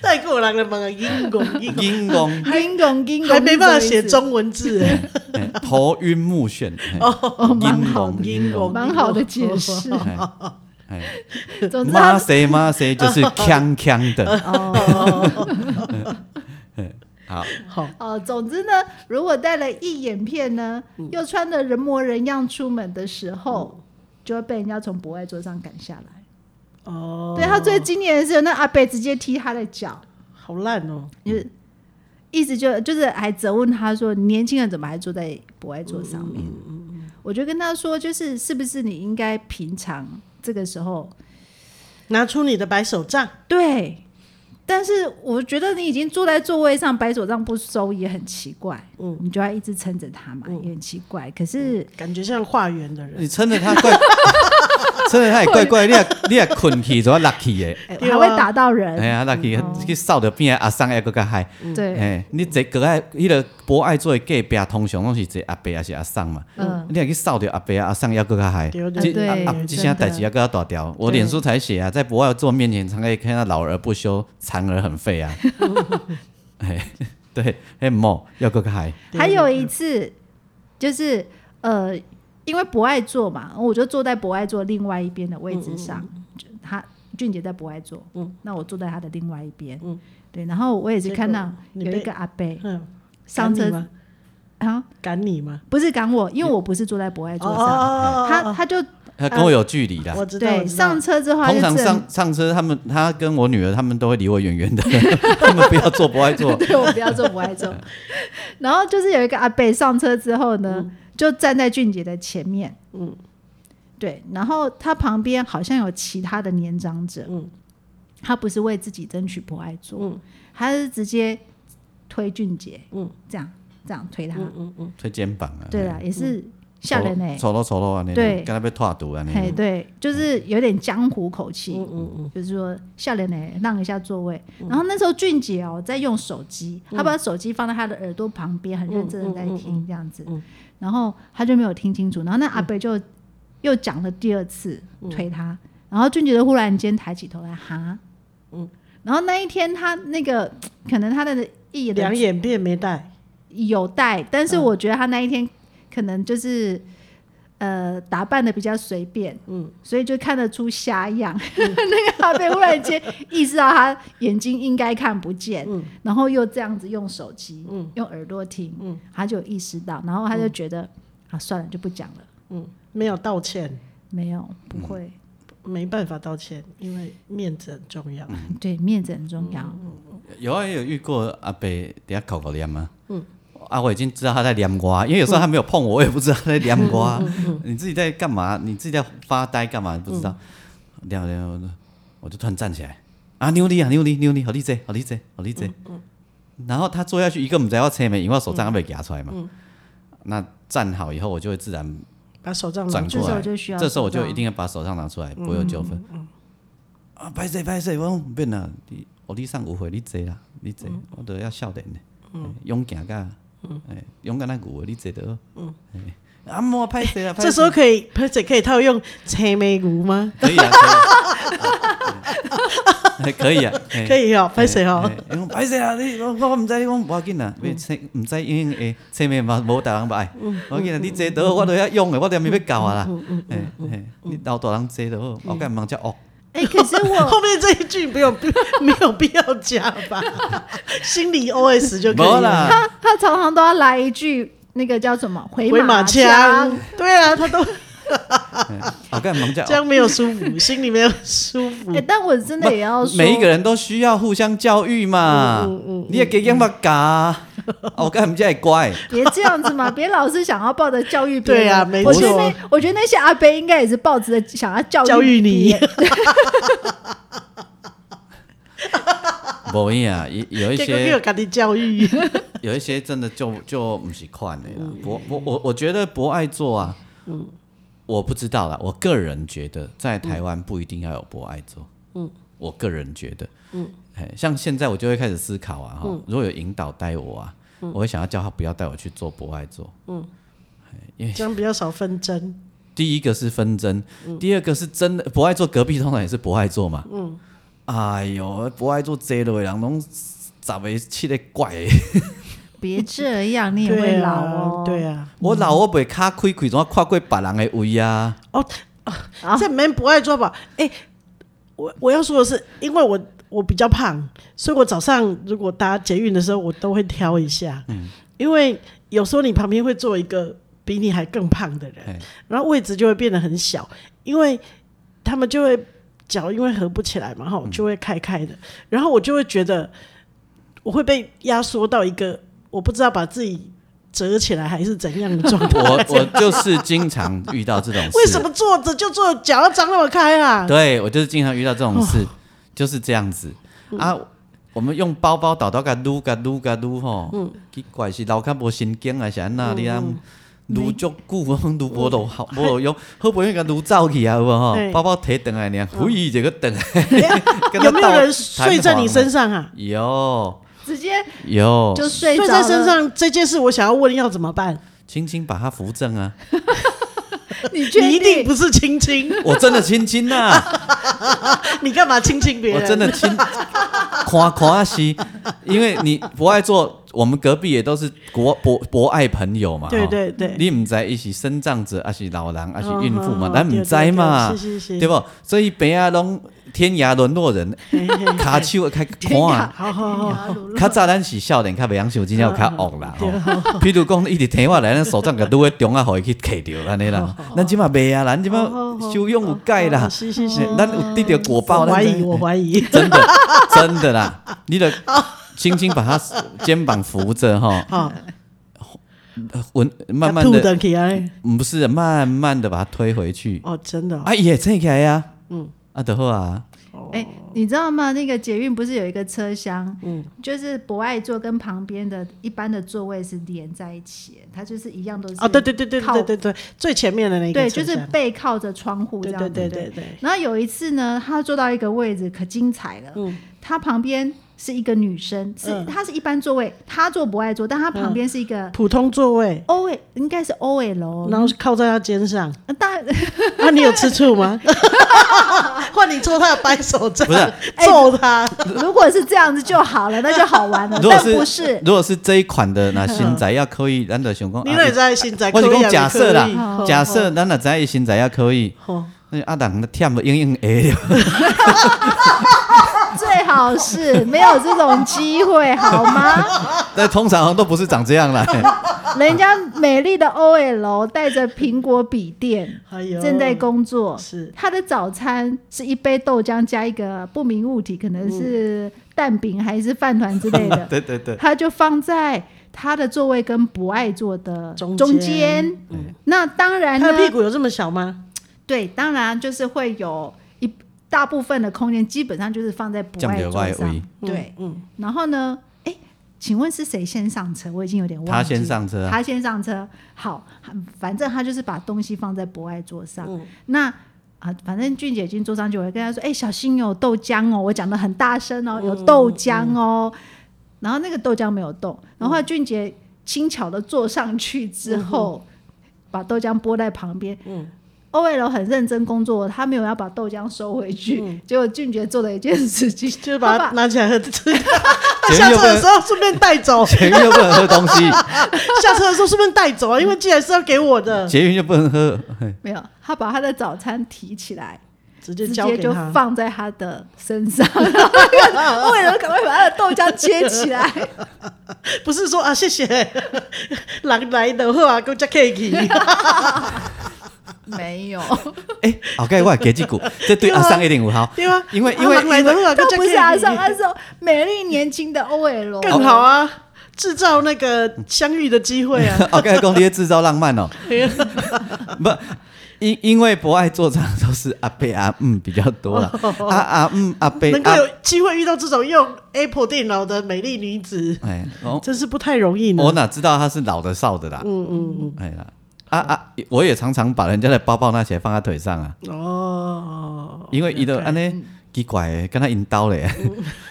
S2: 泰国人的门啊，英国英国
S1: 阴公，
S3: 金拱金拱
S2: 还没办法
S3: 是什么意
S2: 写
S3: 思，
S2: 中文字，哎
S1: 嘿头晕目眩，
S3: 哦
S1: 阴公阴公，
S3: 蛮好的 解释。
S1: 哎
S3: 总之
S1: 妈
S3: 他哦
S1: 谁妈 谁就是锵锵的，好，
S2: 好，
S3: 哦，总之呢，如果戴了一眼片呢，又穿的人模人样出门的时候，就会被人家从博爱桌上赶下来。
S2: 哦，
S3: 对他最经典的是有那阿贝直接踢他的脚，
S2: 好烂哦，
S3: 就是意思就就是还责问他说：“年轻人怎么还坐在博爱座上面？”我就跟他说：“就是是不是你应该平常这个时候
S2: 拿出你的白手杖，
S3: 对？”但是我觉得你已经坐在座位上，白手杖不收也很奇怪，嗯，你就要一直撑着他嘛，也很奇怪。可是
S2: 感觉像化缘的人，
S1: 你撑着他怪， 撑着他也怪怪，你也你也困去，怎么落去 的？
S3: 哎
S2: 对
S3: 还
S2: 啊
S3: 会打到
S1: 哎
S3: 人，
S1: 呀，落去
S3: 哦
S1: 去扫着边的啊阿桑还更较嗨。
S2: 嗯
S3: 对，
S1: 哎，你这个爱，迄个博爱做的隔壁，通常拢是一个阿伯还是阿桑嘛？
S3: 嗯，
S1: 你若去扫着阿伯啊阿桑还更较嗨。
S2: 对
S1: 这
S2: 对
S3: 啊对
S1: 啊啊！这些代
S3: 真
S1: 志
S3: 的
S1: 要更加大条。我脸书才写啊，在博爱做面前，常可以看到老而不休，残而很 废啊。哎，对，哎，莫要更较嗨。
S3: 还有一次就是呃，因为博爱座嘛，我就坐在博爱座另外一边的位置上，
S2: 嗯
S3: 就他俊杰在博爱座，嗯，那我坐在他的另外一边，嗯，对，然后我也是看到
S2: 结果你
S3: 有
S2: 被
S3: 一个阿伯
S2: 嗯，
S3: 上
S2: 赶
S3: 车
S2: 你吗？
S3: 啊，
S2: 赶你吗？
S3: 不是赶我，因为我不是坐在博爱座上，他
S2: 哦，
S3: 他就
S1: 他跟我有距离的。
S2: 我知道，
S3: 对
S2: 我知道
S3: 上车之后他
S1: 通
S3: 就
S1: 常
S3: 自然
S1: 上上车，他们他跟我女儿，他们都会离我远 远的，他们不要坐，不爱坐。
S3: 对我不要做，不爱 做。然后就是有一个阿贝上车之后呢，就站在俊杰的前面，嗯，对，然后他旁边好像有其他的年长者，嗯，他不是为自己争取不爱做，嗯，他是直接推俊杰，嗯，这样这样推他，
S1: 推肩膀啊，
S3: 对啦，也是吓人哎、
S1: 丑陋丑陋啊，那
S3: 对
S1: 跟他被拖毒啊，那
S3: 嘿，对，就是有点江湖口气，就是说笑脸呢让一下座位。然后那时候俊杰哦在用手机，他把手机放在他的耳朵旁边，很认真的在听这样子，然后他就没有听清楚。然后那阿北就又讲了第二次推他，然后俊杰就忽然间抬起头来哈，然后那一天他那个可能他的一眼
S2: 两眼片没戴，
S3: 有带，但是我觉得他那一天可能就是、呃打扮的比较随便，嗯，所以就看得出瞎样。 那个阿贝忽然间意识到他眼睛应该看不见，然后又这样子用手机、用耳朵听，他就有意识到，然后他就觉得、啊算了就不讲了，
S2: 没有道歉，
S3: 没有不会，
S2: 没办法道歉，因为面子很重要。
S3: 对面子很重要，
S1: 有啊，也有遇过阿北底下口口念吗？嗯。啊，我已经知道他在念我啊，因为有时候他没有碰我，我也不知道他在念我啊。你自己在干嘛？你自己在发呆干嘛？不知道。聊聊，我就突然站起来，啊，牛力啊，牛力，牛力，好厉害，好厉害，好厉害。然后他坐下去，一个唔知要车没，因为我手杖还没夹出来嘛。那站好以后，我就会自然
S2: 把手杖拿
S1: 转
S2: 出
S3: 哦这
S1: 过
S3: 时
S1: 来
S3: 候，就需要
S1: 这时候我就
S3: 知道嗯
S1: 一定要把手杖拿出来，不会有纠纷。啊，拍谁拍谁，我讲变啦，你我你上五回你坐啦，你坐，
S3: 嗯
S1: 我都要笑脸的，哎勇敢噶，哎，勇敢那股你坐得，嗯，哎啊，莫拍 谁啊，
S2: 这时
S1: 候
S2: 候可以，而且可以套用车眉骨吗？
S1: 可以啊，啊 可以啊哎可
S2: 可
S1: 以啊，
S2: 以哦，拍谁哦？嗯
S1: 哎，拍谁啊，你我我唔知你讲无要紧啦，你切唔知因为切面嘛无大人爱，无要紧
S2: 嗯
S1: 啦，你坐得我都要用的，我都咪要教啊啦，哎哎，
S2: 嗯
S1: 你老大人坐得好，我干嘛叫哦？
S3: 哎、可是 我
S2: 后面这一句没有必没有必要加吧，心里 OS 就可以
S1: 没
S2: 了。
S1: 啦，
S3: 他常常都要来一句那个叫什么回
S2: 回
S3: 马
S2: 马
S3: 枪
S2: 枪。，对啊，他都
S1: 我干忙叫
S2: 这样没有舒服，心里没有舒服
S3: 哎、。但我真的也要说，
S1: 每一个人都需要互相教育嘛。
S2: 嗯
S1: 你也给养把嘎，我啊干唔才会 乖。
S3: 别这样子嘛，别老是想要抱着教育别人。
S2: 对啊没
S3: 我觉得
S2: 错
S3: 那我觉得那些阿伯应该也是抱着想要教
S2: 教育
S3: 育
S2: 你
S3: 别人
S1: 无影啊，有有一
S2: 结果又
S1: 些
S2: 家己教育，
S1: 有一些真的就就不是款的啦。博博我我觉得博爱做啊，我不知道啦，我个人觉得在台湾不一定要有博爱做，我个人觉得，哎像现在我就会开始思考啊，哈，如果有引导带我啊，我会想要叫他不要带我去做博爱做，
S2: 这样比较少纷争。
S1: 第一个是纷争，第二个是真的不爱做，隔壁通常也是不爱做嘛。嗯，哎呦，不爱做这类人拢咋会气得怪的？
S3: 别这样，你也会
S2: 对
S3: 老
S2: 啊
S3: 哦。，
S2: 对啊，
S1: 我老我袂卡开开，怎啊跨过别人的位 啊？
S2: 哦，
S3: 啊
S2: 这门不爱做吧？哎、我我要说的是，因为我我比较胖，所以我早上如果搭捷运的时候，我都会挑一下，
S1: 嗯
S2: 因为有时候你旁边会坐一个比你还更胖的人
S1: 嘿，
S2: 然后位置就会变得很小，因为他们就会脚因为合不起来嘛，
S1: 嗯
S2: 哈，就会开开的，然后我就会觉得我会被压缩到一个我不知道把自己折起来还是怎样啊的状态。
S1: 我我就是经常遇到这种事。
S2: 为什么坐着就坐脚要张那么开啊？
S1: 对我就是经常遇到这种事，
S2: 哦
S1: 就是这样子
S2: 嗯
S1: 啊。我们用包包倒到个撸个撸个撸吼，
S2: 嗯
S1: 奇怪是老看无神经啊，是安那你啊撸足久，撸无落好，无落用，好不容易个撸走去啊，有无吼
S2: 对？
S1: 包包摕等来呢，回这个等来， 跟它
S2: 嗯有没有
S1: 倒
S2: 人睡在你身？上啊？
S1: 弹簧有
S3: 直接
S1: 有，
S3: 就睡着
S2: 睡在身
S3: 了，
S2: 上这件事，我想要问要怎么办？
S1: 轻轻把它扶正啊！
S3: 你确
S2: 你一定不是亲亲，
S1: 我真的啊亲亲呐。
S2: 你干嘛亲亲别
S1: 我
S2: 人？
S1: 哦真的亲， 夸夸西，因为你博爱做，我们隔壁也都是国博博爱朋友嘛。
S2: 对
S1: 吼
S2: 对对
S1: 哦你唔知一是生长者，还是老人，还啊是孕妇嘛
S2: 哦，
S1: 咱唔知嘛
S2: 对对对是是，是
S1: 对不？所以别啊拢天涯沦落人， 卡手开
S3: 天涯
S1: 看。
S2: 好好好，
S3: 啊
S1: 较早咱是少年，较袂晓想，真正有较恶啦
S2: 嗯
S1: 吼。譬如讲，伊伫听我来，咱手掌甲拄个中啊，互伊去揢着安尼啦。咱即马袂啊，咱即马修养有改啦
S2: 哦，是是是
S1: 咱有得着果报，
S2: 我
S1: 咱
S2: 怀 疑，
S1: 知
S2: 我怀疑。
S1: 真的真的啦，你的轻轻把他肩膀扶着哈，
S2: 好，
S1: 稳慢慢
S2: 要吐
S1: 的，
S2: 起来。
S1: 不是慢慢的把他推回去，
S2: 哦，真的哦，
S1: 啊也撑起来呀，嗯，啊等会啊，
S2: 哦
S3: 哎、你知道吗？那个捷运不是有一个车厢，就是博爱座跟旁边的一般的座位是连在一起的，它就是一样都是
S2: 哦，对对对对
S3: 靠
S2: 对对对，最前面的那个
S3: 对，
S2: 车
S3: 就
S2: 厢，
S3: 是背靠着窗户这
S2: 对
S3: 样子
S2: 对对对
S3: 对。
S2: 对，
S3: 然后有一次呢，他坐到一个位置可精彩了，他旁边是一个女生，是
S2: 嗯
S3: 她是一般座位，她坐博爱座，但她旁边是一个
S2: 普通座位，
S3: O L，应该是 O L，
S2: 然后靠在他肩上。
S3: 大
S2: 那你有吃醋 吗？换你做他的掰手杖，
S1: 不是
S3: 哎
S2: 揍他。
S3: 如果是这样子就好了，那就好玩
S2: 啊
S3: 了。
S1: 如果
S3: 但
S1: 是
S3: 不是，
S1: 如果是这一款的那新仔要可以，咱就想讲，
S2: 嗯你
S1: 啊
S2: 哪在现在
S1: 我
S2: 可
S1: 是
S2: 以
S1: 讲
S2: 啊？
S1: 假设
S2: 不可以
S1: 啦，假设咱若知伊新仔要可以，
S2: 哦
S1: 那阿人的忝的 硬硬会了，
S3: 最好是没有这种机会，好吗？
S1: 但通常都不是长这样啦。
S3: 人家美丽的 OL 带着苹果笔电
S2: 哎呦
S3: 正在工作，
S2: 是
S3: 他的早餐是一杯豆浆加一个不明物体，可能
S2: 嗯
S3: 是蛋饼还是饭团之 类的，
S1: 对对对，
S3: 他就放在他的座位跟不爱坐的
S2: 中间嗯
S3: 中间。那当然
S2: 他
S3: 呢
S2: 的，屁股有这么小吗？
S3: 对，当然就是会有一大部分的空间，基本上就是放在不
S1: 这样
S3: 爱
S1: 就
S3: 座
S1: 外围
S3: 上。对，
S2: 嗯，
S3: 然后呢，哎，请问是谁先上车？我已经有点忘记。
S1: 他先上车啊
S3: 他先上车。好，反正他就是把东西放在博爱桌上。
S2: 嗯
S3: 那啊，反正俊姐已经坐上去，我就跟他说：“哎，小心有豆浆哦！”我讲的很大声哦，有
S2: 嗯
S3: 豆浆哦。然后那个豆浆没有动，然后
S2: 嗯
S3: 后来俊杰轻巧的坐上去之后，把豆浆拨在旁边。
S2: 嗯
S3: OL 很认真工作，他没有要把豆浆收回去，结果俊杰做了一件事情，
S2: 嗯就是 把
S3: 他
S2: 它拿起来喝，吃
S1: 前
S2: 下车
S1: 面又不
S2: 的
S1: 能
S2: 时候顺便带 走，
S1: 前面又不能喝东西，
S2: 下车的时候顺便带走啊，因为既然是要给我的，
S1: 捷运又不能喝。嘿
S3: 没有，他把他的早餐提起来，
S2: 直接
S3: 直
S2: 交
S3: 接
S2: 给
S3: 就
S2: 他。
S3: 放在他的身 上，为了赶快把他的豆浆接起 来。
S2: 不是说啊，谢谢， 人来的话给我加 cake，
S3: 没有，
S1: 哎，好盖我也给这 股，这对阿桑一定有好，
S2: 对吗？
S1: 因为
S2: 啊
S1: 因为
S2: 人来的话给
S3: 他
S2: 我加
S3: 不是阿尚，他啊
S2: cake
S1: 哦
S3: 是美丽年轻的 OL，
S2: 更好啊。制造那个相遇的机会 啊。
S1: 哦，刚才讲你在制造浪漫哦，不，因因为博爱做场都是阿贝阿姆比较 多了，阿阿姆阿
S2: 哦
S1: 贝
S2: 能够
S1: 阿，
S2: 有机会遇到这种用 Apple 电脑的美丽女子，
S1: 哎，哦，
S2: 真是不太容易呢
S1: 我。哪知道他是老的少的啦，嗯嗯嗯，哎呀，啊啊，我也常常把人家的包包拿起来放在腿上啊，
S2: 哦，嗯
S1: 因为伊都安尼奇怪的，跟他引刀嘞，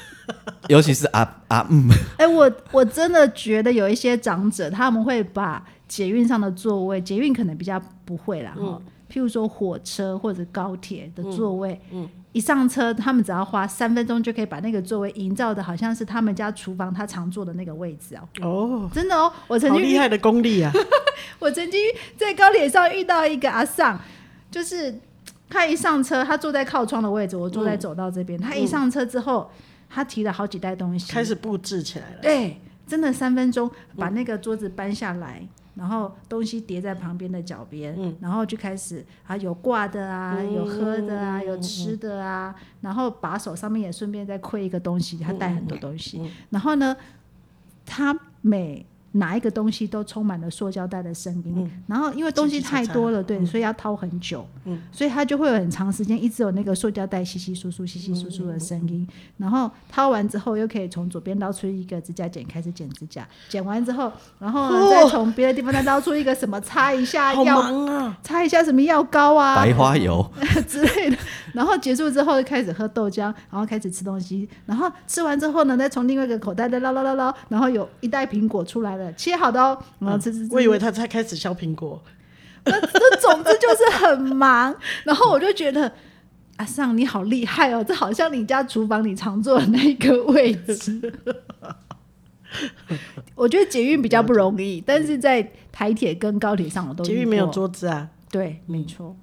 S1: 尤其是阿阿姆，
S3: 哎、我我真的觉得有一些长者，他们会把捷运上的座位，捷运可能比较不会啦哈、
S2: 嗯
S3: 譬如说火车或者高铁的座位，
S2: 嗯
S3: 一上车他们只要花三分钟就可以把那个座位营造的好像是他们家厨房他常坐的那个位置哦、
S2: 哦，
S3: 真的哦、我曾
S2: 好
S3: 经遇
S2: 厉害的功力啊！
S3: 我曾经在高铁上遇到一个阿尚，就是他一上车，他坐在靠窗的位置，我坐
S2: 嗯
S3: 在走道这边。他一上车之后，他提了好几袋东西，
S2: 开始布置起来了。
S3: 对，真的三分钟把那个桌子搬下来。然后东西叠在旁边的脚边，
S2: 嗯
S3: 然后就开始啊有挂的啊，有喝的
S2: 嗯
S3: 啊，有吃的啊，然后把手上面也顺便再馈一个东西，他带很多东西。
S2: 嗯
S3: 然后呢，他每拿一个东西都充满了塑胶袋的声音，
S2: 嗯
S3: 然后因为东西太多了，对，所以要掏很久，所以他就会有很长时间一直有那个塑胶袋稀稀疏疏、稀稀疏疏的声音。然后掏完之后，又可以从左边捞出一个指甲剪，开始剪指甲，剪完之后，然后呢
S2: 哦
S3: 再从别的地方再捞出一个什么擦一下
S2: 好
S3: 药。
S2: 忙啊！
S3: 擦一下什么药膏啊
S1: 白花油，
S3: 之类的，然后结束之后就开始喝豆浆，然后开始吃东西，然后吃完之后呢，再从另外一个口袋再捞捞捞捞，然后有一袋苹果出来了，切好的哦，然后吃吃吃。
S2: 我以为他才开始削苹果，
S3: 那那总之就是很忙，然后我就觉得。阿尚，你好厉害哦！这好像你家厨房你常坐的那个位置。我觉得捷运比较不容易，但是在台铁跟高铁上我都
S2: 捷
S3: 遇
S2: 运没有
S3: 过，
S2: 桌子啊。
S3: 对，没错。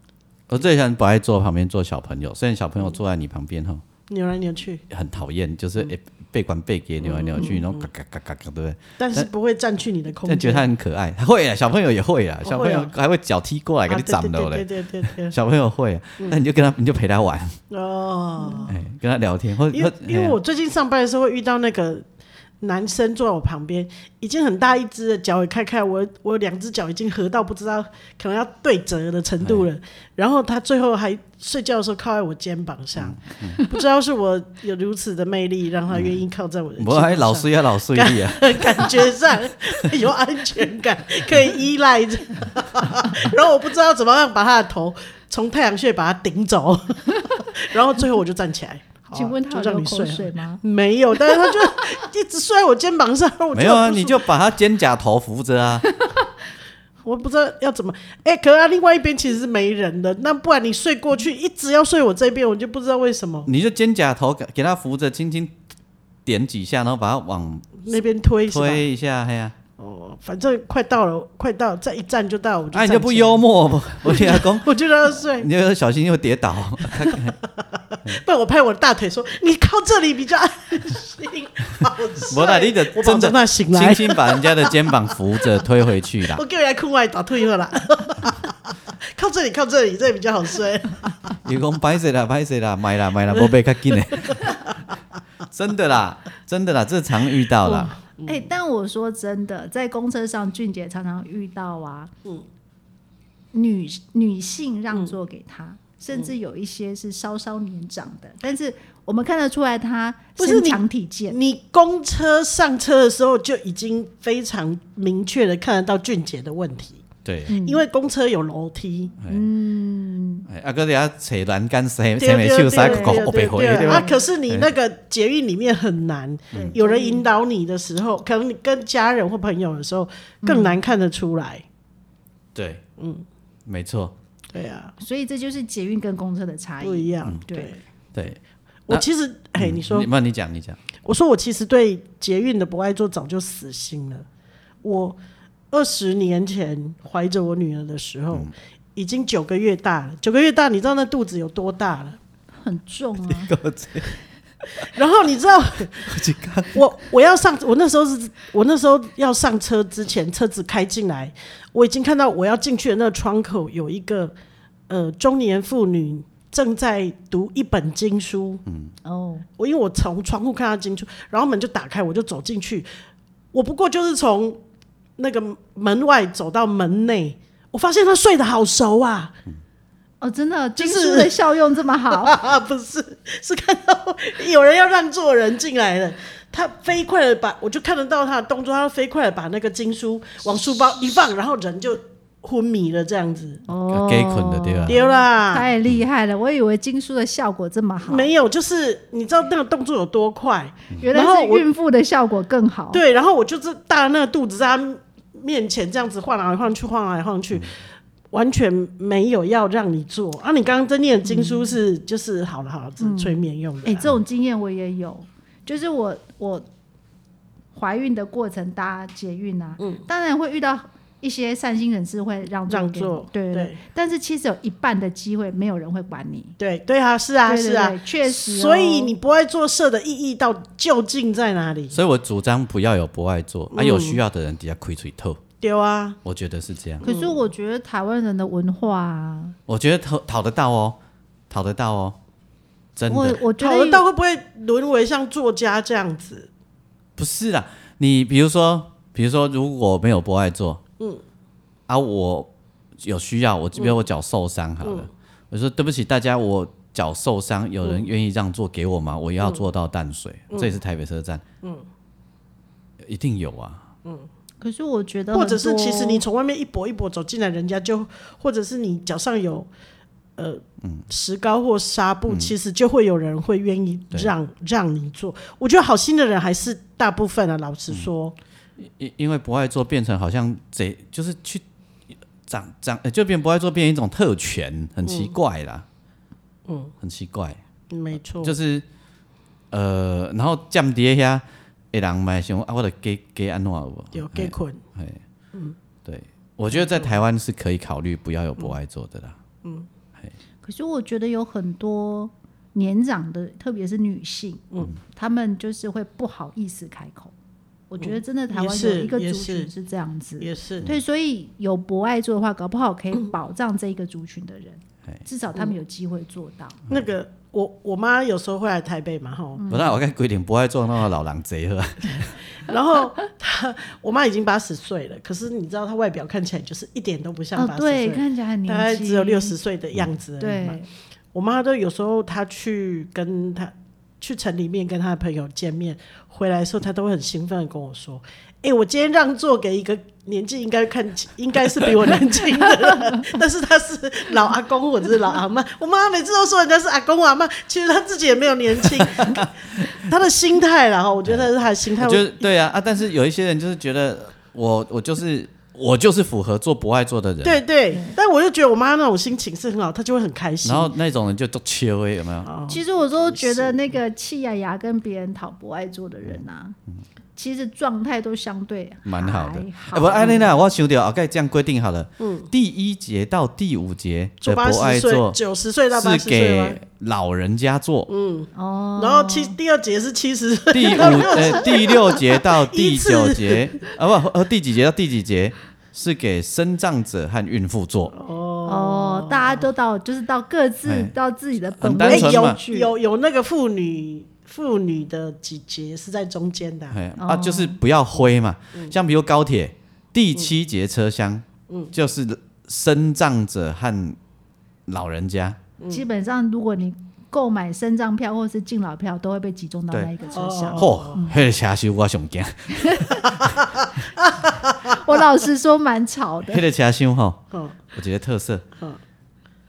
S1: 我最喜欢博爱坐旁边做小朋友，虽然小朋友坐在你旁边吼。
S2: 扭来扭去，
S1: 很讨厌，
S2: 嗯
S1: 就是诶被管被给扭来扭去，然后嘎嘎嘎嘎嘎，对不对？
S2: 但是不会占据你的空
S1: 但
S2: 间。
S1: 觉得他很可爱，他会啊，小朋友也会啊，
S2: 哦
S1: 小朋友
S2: 会啊
S1: 还会脚踢过来给
S2: 啊
S1: 你掌了
S2: 对
S1: 嘞。
S2: 对对对对
S1: 小朋友会啊，那你就跟他，你就陪他玩，
S2: 对。哦，
S1: 哎，跟他聊天，或哎
S2: 因
S1: 者
S2: 为因为我最近上班的时候会遇到那个男生坐在我旁边，已经很大一只了，脚也开开，我我两只脚已经合到不知道可能要对折的程度
S1: 哎
S2: 了。然后他最后还睡觉的时候靠在我肩膀上，
S1: 嗯
S2: 不知道是我有如此的魅力，让他愿意靠在我的肩
S1: 我嗯还
S2: 膀
S1: 啊老
S2: 上。
S1: 师要老师力啊，
S2: 感觉 上有安全感，可以依赖着。 然后我不知道怎么样把他的头从太阳穴把它顶走， 然后最后我就站起来。好啊
S3: 请问他
S2: 就
S3: 有
S2: 让
S3: 流
S2: 你
S3: 口
S2: 睡
S3: 水
S2: 啊，
S3: 吗？
S2: 没有，但是他就 一直摔我肩膀上，我就
S1: 没有啊，
S2: 很不舒服
S1: 你就把他肩胛头扶着啊，
S2: 我不知道要怎么。哎、可是他另外一边其实是没人的，那不然你睡过去，一直要睡我这边，我就不知道为什么
S1: 你就肩胛头给给他扶着，轻轻点几下，然后把他往
S2: 那边推是吧？
S1: 推一下，哎呀，
S2: 哦，反正快到了，快到，再一站就到，我就
S1: 哎，你就
S2: 站
S1: 不
S2: 起来，
S1: 幽默，不我跟他 讲，
S2: 我就让他睡。
S1: 你就小心又跌倒，
S2: 不然我拍我的大腿说：“你靠这里比较安心。好睡”
S1: 没啦你就
S2: 我
S1: 真
S2: 保
S1: 的
S2: 证他醒
S1: 轻
S2: 来。
S1: 轻把人家的肩膀扶着推回去啦
S2: 我。叫你来困外打退了啦， 靠这里，靠这里，这里比较好欸睡。
S1: 伊讲歹势啦，歹势啦，买啦，买啦，无买较紧嘞。真的啦，真的啦，这常遇到啦。
S2: 嗯
S3: 哎、但我说真的，在公车上，俊杰常常遇到啊，
S2: 嗯
S3: 女女性让座给他，甚
S2: 嗯
S3: 至有一些是稍稍年长的，但是我们看得出来他
S2: 不是
S3: 身
S2: 你
S3: 强体健，
S2: 你公车上车的时候就已经非常明确的看得到俊杰的问题，
S1: 对，
S2: 因为公车有楼梯，
S1: 哎啊，搁底下找栏杆，谁
S2: 对
S1: 谁没手
S2: 对
S1: 塞
S2: 对
S1: 个
S2: 对
S1: 五百回，
S2: 对
S1: 对
S2: 啊，
S1: 吧？哎嗯
S2: 可是你那个捷运里面很难，有人引导你的时候，可能你跟家人或朋友的时候更难看得出来。
S1: 对，嗯，没错，
S2: 对啊，
S3: 所以这就是捷运跟公车的差
S2: 不
S3: 异。
S2: 一样。
S3: 对
S2: 对，
S1: 对。
S2: 我
S1: 那嗯
S2: 其实，哎，你说
S1: 你，那你讲，你讲，
S2: 我说我其实对捷运的不爱做早就死心了。我二十年前怀着我女儿的时候，已经九个月大了，九个月大，你知道那肚子有多大了？
S3: 很重啊，
S2: 然后你知道，我我要上，我那时候是，我那时候要上车之前，车子开进来，我已经看到我要进去的那个窗口有一个呃中年妇女正在读一本经书，
S3: 哦，
S2: 我因为我从窗户看到进去，然后门就打开，我就走进去。我不过就是从那个门外走到门内，我发现他睡得好熟啊。
S3: 哦，真的，
S2: 就
S3: 经
S2: 是
S3: 书的效用这么好，
S2: 啊， 不是，是看到有人要让座的人进来了，他飞快的把，我就看得到他的动作，他飞快的把那个经书往书包一放，然后人就昏迷了，这样子
S3: 哦，
S1: 给捆的对吧？
S2: 丢啦，
S3: 太厉害了！我以为经书的效果这么好，
S2: 没有，就是你知道那个动作有多快，
S3: 原来
S2: 然后
S3: 是
S2: 我
S3: 孕妇的效果更好。
S2: 对，然后我就是大那个肚子在他面前这样子晃来晃去，晃来晃去。完全没有要让你做啊！你刚刚在念的经书是、就是好了好了，只是催眠用的、啊。
S3: 哎、这种经验我也有，就是我我怀孕的过程搭捷运啊，
S2: 嗯
S3: 当然会遇到一些善心人士会让座
S2: 让
S3: 给
S2: 座
S3: 你对对
S2: 对
S3: 但是其实有一半的机会没有人会管你，
S2: 对对啊，是啊
S3: 对对
S2: 是啊，
S3: 对确实哦、
S2: 所以你不爱做事的意义到究竟在哪里？
S1: 所以我主张不要有不爱做，啊，有需要的人底下亏嘴透，
S2: 丢啊！
S1: 我觉得是这样。
S3: 可是我觉得台湾人的文化、啊，
S1: 我觉得讨讨得到哦，讨得到哦，真
S3: 我
S1: 的
S3: 我觉
S2: 讨
S3: 得
S2: 论到会不会沦为像作家这样子？
S1: 不是啦。你比如说，比如说，如果没有不爱做，嗯，啊，我有需要，我比如我脚受伤好了，我说对不起大家，我脚受伤，有人愿意让座给我吗？我要做到淡水，这也是台北车站，嗯，一定有啊，
S3: 可是我觉得很
S2: 或
S3: 多，
S2: 者是其实你从外面一跛一跛走进来，人家就，或者是你脚上有呃
S1: 嗯
S2: 石膏或纱布，其实就会有人会愿意
S1: 对
S2: 让让你做。我觉得好心的人还是大部分啊，老
S1: 嗯
S2: 实说，
S1: 因因为不爱做变成好像贼，就是去长长，呃就变不爱做变一种特权，很奇怪啦，嗯，很奇怪。
S2: 没错，
S1: 就是呃，然后降跌下，会人买想啊，我得给给安怎有无？
S2: 有给捆。
S1: 对，我觉得在台湾是可以考虑不要有不爱做的啦。
S3: 可是我觉得有很多年长的，特别是女性，嗯，她们就是会不好意思开口。我觉得真的台
S2: 嗯也
S3: 湾有
S2: 是
S3: 一个
S2: 也
S3: 族
S2: 是
S3: 群是这样子，
S2: 也
S1: 嗯
S2: 是，
S3: 对，所以有不爱做的话，搞不好可以保障这一个族群的人，
S2: 哎
S3: 至少他们有机会做到。
S2: 那个我我妈有时候会来台北嘛，哈，
S1: 不然我该规定不爱做那个老人贼 呵，
S2: 然后她，我妈已经八十岁了，可是你知道她外表看起来就是一点都不像八
S3: 哦，
S2: 十
S3: 对，
S2: 岁，
S3: 看起来很年
S2: 大概
S3: 轻，
S2: 只有六。十岁的样子而已嘛。
S3: 对，
S2: 我妈都有时候她去跟她去城里面跟她的朋友见面，回来的时候她都会很兴奋的跟我说：“哎、我今天让座给一个年纪应该看起应该是比我年轻的人， 但是他是老阿公或者是老阿妈。”我妈每次都说人家是阿公阿妈，其实她自己也没有年轻，她的心态啦，我觉得是她的心态。
S1: 我觉得对啊啊，但是有一些人就是觉得我我就是我就是符合做不爱做的人，
S2: 对对，但我就觉得我妈那种心情是哦很好，她就会很开心
S1: 然。后那种人就都切位有没有？
S3: 其实我都觉得那个气呀呀跟别人讨不爱做的人啊，
S2: 嗯
S3: 其实状态都相对
S1: 蛮好的
S3: 还，
S1: 哎，不，安妮娜，我想到，我哦该这样规定好了。第一节到第五节
S2: 嗯就
S1: 的
S2: 八
S1: 不爱
S2: 十岁、
S1: 做
S2: 九十岁到八
S1: 是
S2: 十岁吗
S1: 给老人家做，
S3: 哦，
S2: 然后七第二节是七十岁，
S1: 第五呃第六节到第
S2: 依次
S1: 九节啊不呃第几节到第几节是给生长者和孕妇做，
S3: 哦，大家都到就是到各自
S1: 哎
S3: 到自己的
S1: 很
S3: 本
S1: 单
S3: 位
S1: 纯嘛
S2: 有
S3: 去
S2: 有有那个妇女妇女的几节是在中间的啊、
S1: 哎啊就是不要灰嘛，像比如高铁第七节车厢，就是生长者和老人家，
S3: 基本上如果你购买身障票或是敬老票，都会被集中到
S1: 对
S3: 那一个车
S2: 哦
S3: 厢。
S1: 嚯，嘿车厢我上惊，
S3: 我老实说，蛮吵的
S1: 迄。个车厢吼，
S2: 嗯
S1: 有一个特色
S2: 嗯，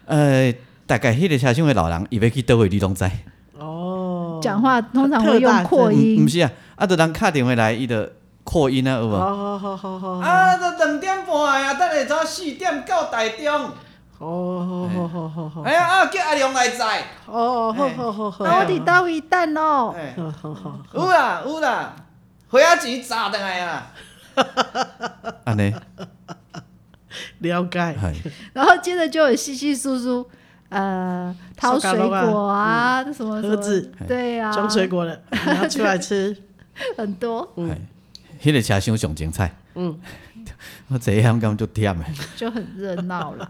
S1: 呃大概迄个车厢的老人伊要去倒位你拢知。
S2: 哦，
S3: 讲话通常会用扩
S1: 唔
S3: 音
S1: 毋，是啊，啊，就人敲电话来，伊就扩音啊，有无？
S2: 哦好好好好好，
S1: 啊，都两点半啊，等下早四点到台中。
S2: 哦，好好好好好，
S1: 哎呀，啊，叫阿龙来载。
S2: 哦，好好好好，
S3: 到底到一蛋哦，
S1: 哎，
S2: 好好好，
S1: 有啦有啦，花仔钱砸倒来啊。安尼，
S2: 了解，
S1: 哎，
S3: 然后接着就有稀稀疏疏，呃，掏水果啊，什么什么
S2: 嗯盒子，
S1: 哎
S3: 对啊，
S2: 装水果了，你要出来吃，
S3: 很多
S1: 哎，迄个车厢上精彩。
S2: 嗯，
S1: 我这样感觉就忝诶。
S3: 就很热闹了。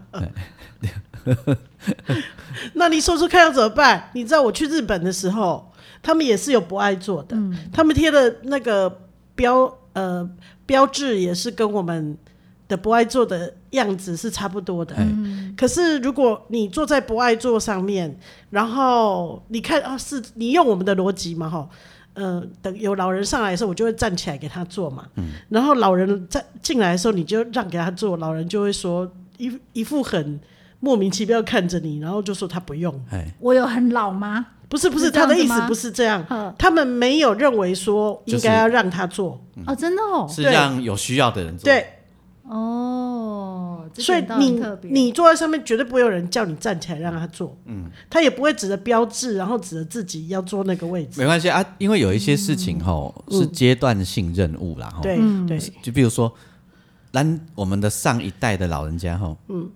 S2: 那你说说看要怎么办？
S3: 嗯
S2: 你知道我去日本的时候，他们也是有不爱做的，他们贴了那个标呃标志也是跟我们的博爱座的样子是差不多的。可是如果你坐在博爱座上面，然后你看哦，是你用我们的逻辑嘛，哈。呃，等有老人上来的时候，我就会站起来给他坐嘛。然后老人在进来的时候，你就让给他坐，老人就会说一一副很莫名其妙看着你，然后就说他不用。
S1: 哎，
S3: 我有很老吗？
S2: 不是不是，
S3: 是这
S2: 他
S3: 样
S2: 的
S3: 子
S2: 意思
S3: 吗
S2: 不是这样
S3: 嗯，
S2: 他们没有认为说应该要让他做，
S1: 嗯
S3: 哦，真的哦，
S1: 是
S2: 对
S1: 让有需要的人做。，
S2: 对，
S3: 哦，这
S2: 所以
S3: 点倒很
S2: 你
S3: 特别
S2: 你坐在上面，绝对不会有人叫你站起来让他做，嗯，他也不会指着标志，然后指着自己要坐那个位置，
S1: 没关系啊，因为有一些事情吼是阶段性任务啦，吼，
S2: 嗯对
S3: 嗯
S2: 对，
S1: 就比如说，咱我们的上一代的老人家吼，嗯，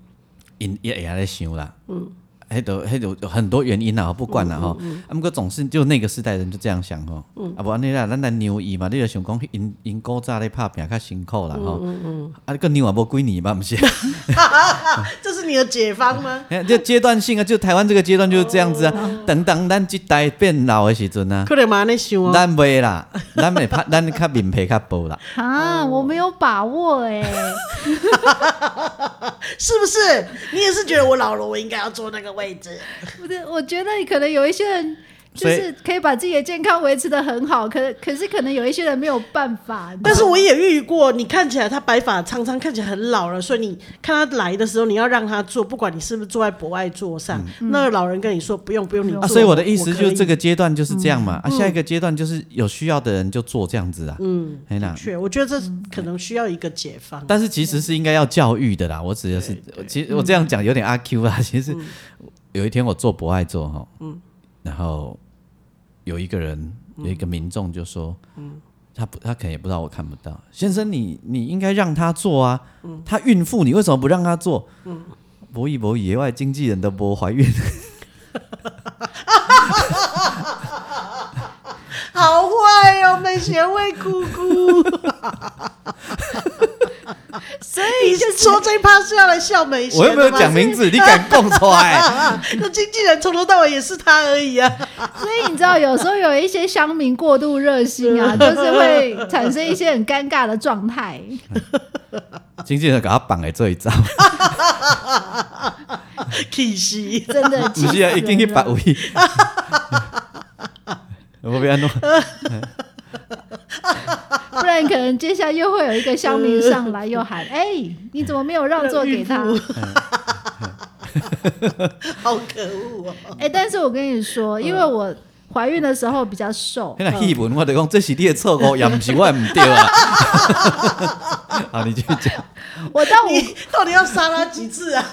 S1: 因也也在想啦，嗯，还都还有很多原因啦，不管啦吼，
S2: 嗯
S1: 啊，不过总是就那个时代人就这样想吼，啊，无安尼啦，咱来牛伊嘛，你就想讲因因古早咧拍拼较辛苦啦吼，
S2: 嗯
S1: 啊，个牛也无几年吧，毋是？
S2: 这是你的解方 吗？
S1: 哎就阶段性啊，就台湾这个阶段就是这样子啊，等等咱这代变老的时阵啊。
S2: 可能嘛那想哦，
S1: 咱袂啦，咱袂拍， 咱较面皮较薄 啦。
S3: 啊，我没有把握哎，
S2: 是不是？你也是觉得我老了，我应该要坐那个位 置？
S3: 不是， 我觉得可能有一些人。就
S1: 所以
S3: 是可以把自己的健康维持的很好，可可是可能有一些人没有办法。
S2: 但是我也遇过，你看起来他白发苍苍，看起来很老了，所以你看他来的时候，你要让他坐，不管你是不是坐在博爱座上，那个老人跟你说不用不用你坐、
S1: 嗯啊，所以我的意思
S2: 可
S1: 就是
S2: 以
S1: 这个阶段就是这样嘛，啊，下一个阶段就是有需要的人就做这样子啊，嗯，哎啦，
S2: 确，我觉得这可能需要一个解放。
S1: 但是其实是应该要教育的啦，我指的是，其实我这样讲有点阿 Q 啦，其实有一天我做博爱做哈，嗯，然后有一个人有一个民众就说，嗯，他不他可能也不知道我看不到，先生你你应该让他做啊，他孕妇你为什么不让他做？嗯，博弈博弈，野外经纪人都不怀孕，
S2: 好坏哦，美学会姑 姑，所以就说这一趴是要来笑美学的吗，
S1: 我又没有讲名字，你敢供出来？
S2: 啊，那经纪人从头到尾也是他而已啊。
S3: 所以你知道，有时候有一些乡民过度热心啊，就是会产生一些很尴尬的状态。
S1: 经纪人给他绑来这一招，
S2: 气息，
S3: 真的
S1: 不
S3: 气死
S1: 是啊，
S3: 人
S1: 已经去百位。 我要安怎？
S3: 不然可能接下来又会有一个乡民上来又喊：“哎、你怎么没有让座 给他
S1: 嗯
S2: 好可恶哦！？”
S3: 哎、但是我跟你说，因为我怀孕的时候比较瘦，
S1: 那戏文我就讲，这是你的错误，也不是我唔对 啊。好，你继续讲。
S3: 我到五
S2: 你到底要杀他几次啊？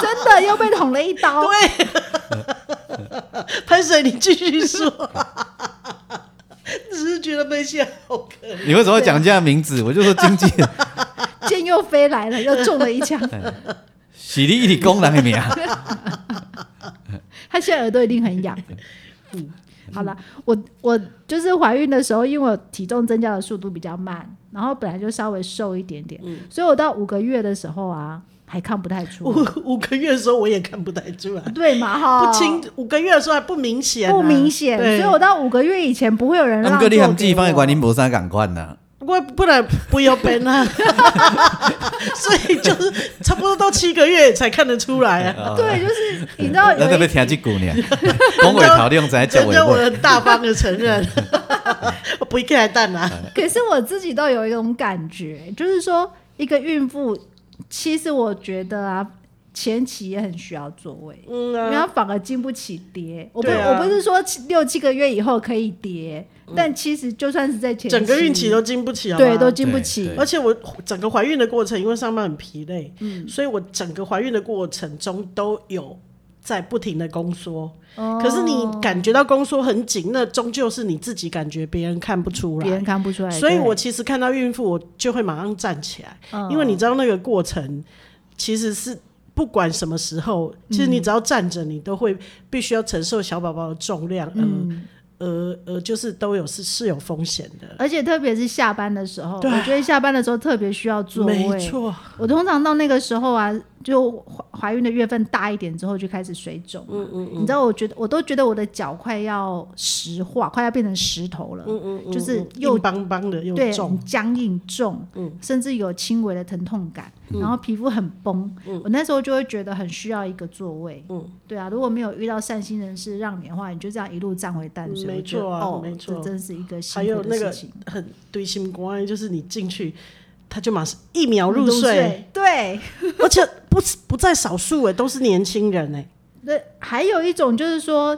S3: 真的又被捅了一刀。
S2: 对，潘水，你继续说。只是觉得那些好可
S3: 哦
S2: 怜，
S1: 你为什么要讲这样的名字？我就说经 纪人
S3: 箭又飞来了，又中了一枪。
S2: 哎
S1: 是你一直讲人的名。
S3: 他现在耳朵一定很痒。
S2: 嗯
S3: 好了，我我就是怀孕的时候，因为我体重增加的速度比较慢，然后本来就稍微瘦一点点，
S2: 嗯
S3: 所以我到五个月的时候啊，还看不太出来，
S2: 五五个月的时候我也看不太出来，
S3: 对嘛 哈？
S2: 不清五个月的时候还不明显啊、
S3: 哦不明显，所
S2: 对
S3: 以我到五个月以前不会有人
S1: 啊，
S3: 让
S1: 不
S3: 座
S1: 过你
S3: 给我。
S1: 和季芳的观音菩萨同款啊呐。
S2: 不过不然不要变啊，所以就是差不多到七个月才看得出来 啊。
S3: 对，就是你知 道
S1: 咱特
S3: 有
S1: 别
S3: 一
S1: 听哦这句呢， 讲话头你用在讲
S2: 人家
S1: 话
S2: 我
S1: 尾。
S2: 很大方的承认，我不应该蛋啊。
S3: 可是我自己都有一种感觉，就是说一个孕妇，其实我觉得啊，前期也很需要座位。
S2: 嗯
S3: 因为
S2: 啊，
S3: 它反而经不起跌。我不、
S2: 对啊嗯
S3: 我不是说七六七个月以后可以跌，但其实就算是在前期
S2: 整个孕期都经不起啊。
S3: 对都经不起
S1: 对。
S2: 而且我整个怀孕的过程，因为上班很疲累，
S3: 嗯
S2: 所以我整个怀孕的过程中都有在不停的宫缩。
S3: 哦
S2: 可是你感觉到宫缩很紧，那终究是你自己感觉，别人看不出
S3: 别
S2: 来
S3: 人。看不出来，
S2: 所以
S3: 对
S2: 我其实看到孕妇，我就会马上站起来，
S3: 嗯
S2: 因为你知道那个过程其实是。不管什么时候，
S3: 嗯
S2: 其实你只要站着，你都会必须要承受小宝宝的重量，嗯，呃呃，就是都有是是有风险的，
S3: 而且特别是下班的时候，
S2: 对
S3: 我觉得下班的时候特别需要座
S2: 没
S3: 位。
S2: 错，
S3: 我通常到那个时候啊，就怀怀孕的月份大一点之后就开始水肿嘛。
S2: 嗯嗯
S3: 你知道，我觉得我都觉得我的脚快要石化，快要变成石头了。
S2: 嗯嗯嗯，
S3: 就是
S2: 嗯
S3: 又
S2: 硬邦邦的又
S3: 对，
S2: 重嗯
S3: 很，僵硬重，甚至有轻微的疼痛感，然后皮肤很崩，我那时候就会觉得很需要一个座位，
S2: 嗯
S3: 对啊，如果没有遇到善心人士让你的话，你就这样一路站回淡水，
S2: 嗯
S3: 我觉得
S2: 没错啊
S3: 哦，
S2: 没错
S3: 这真是一个
S2: 还
S3: 幸
S2: 有
S3: 福
S2: 那
S3: 的
S2: 个
S3: 事情，
S2: 很对心关，就是你进去，他就马上一秒入
S3: 入
S2: 睡，
S3: 睡，对，
S2: 而且不是不在少数哎，都是年轻人哎，
S3: 那还有一种就是说，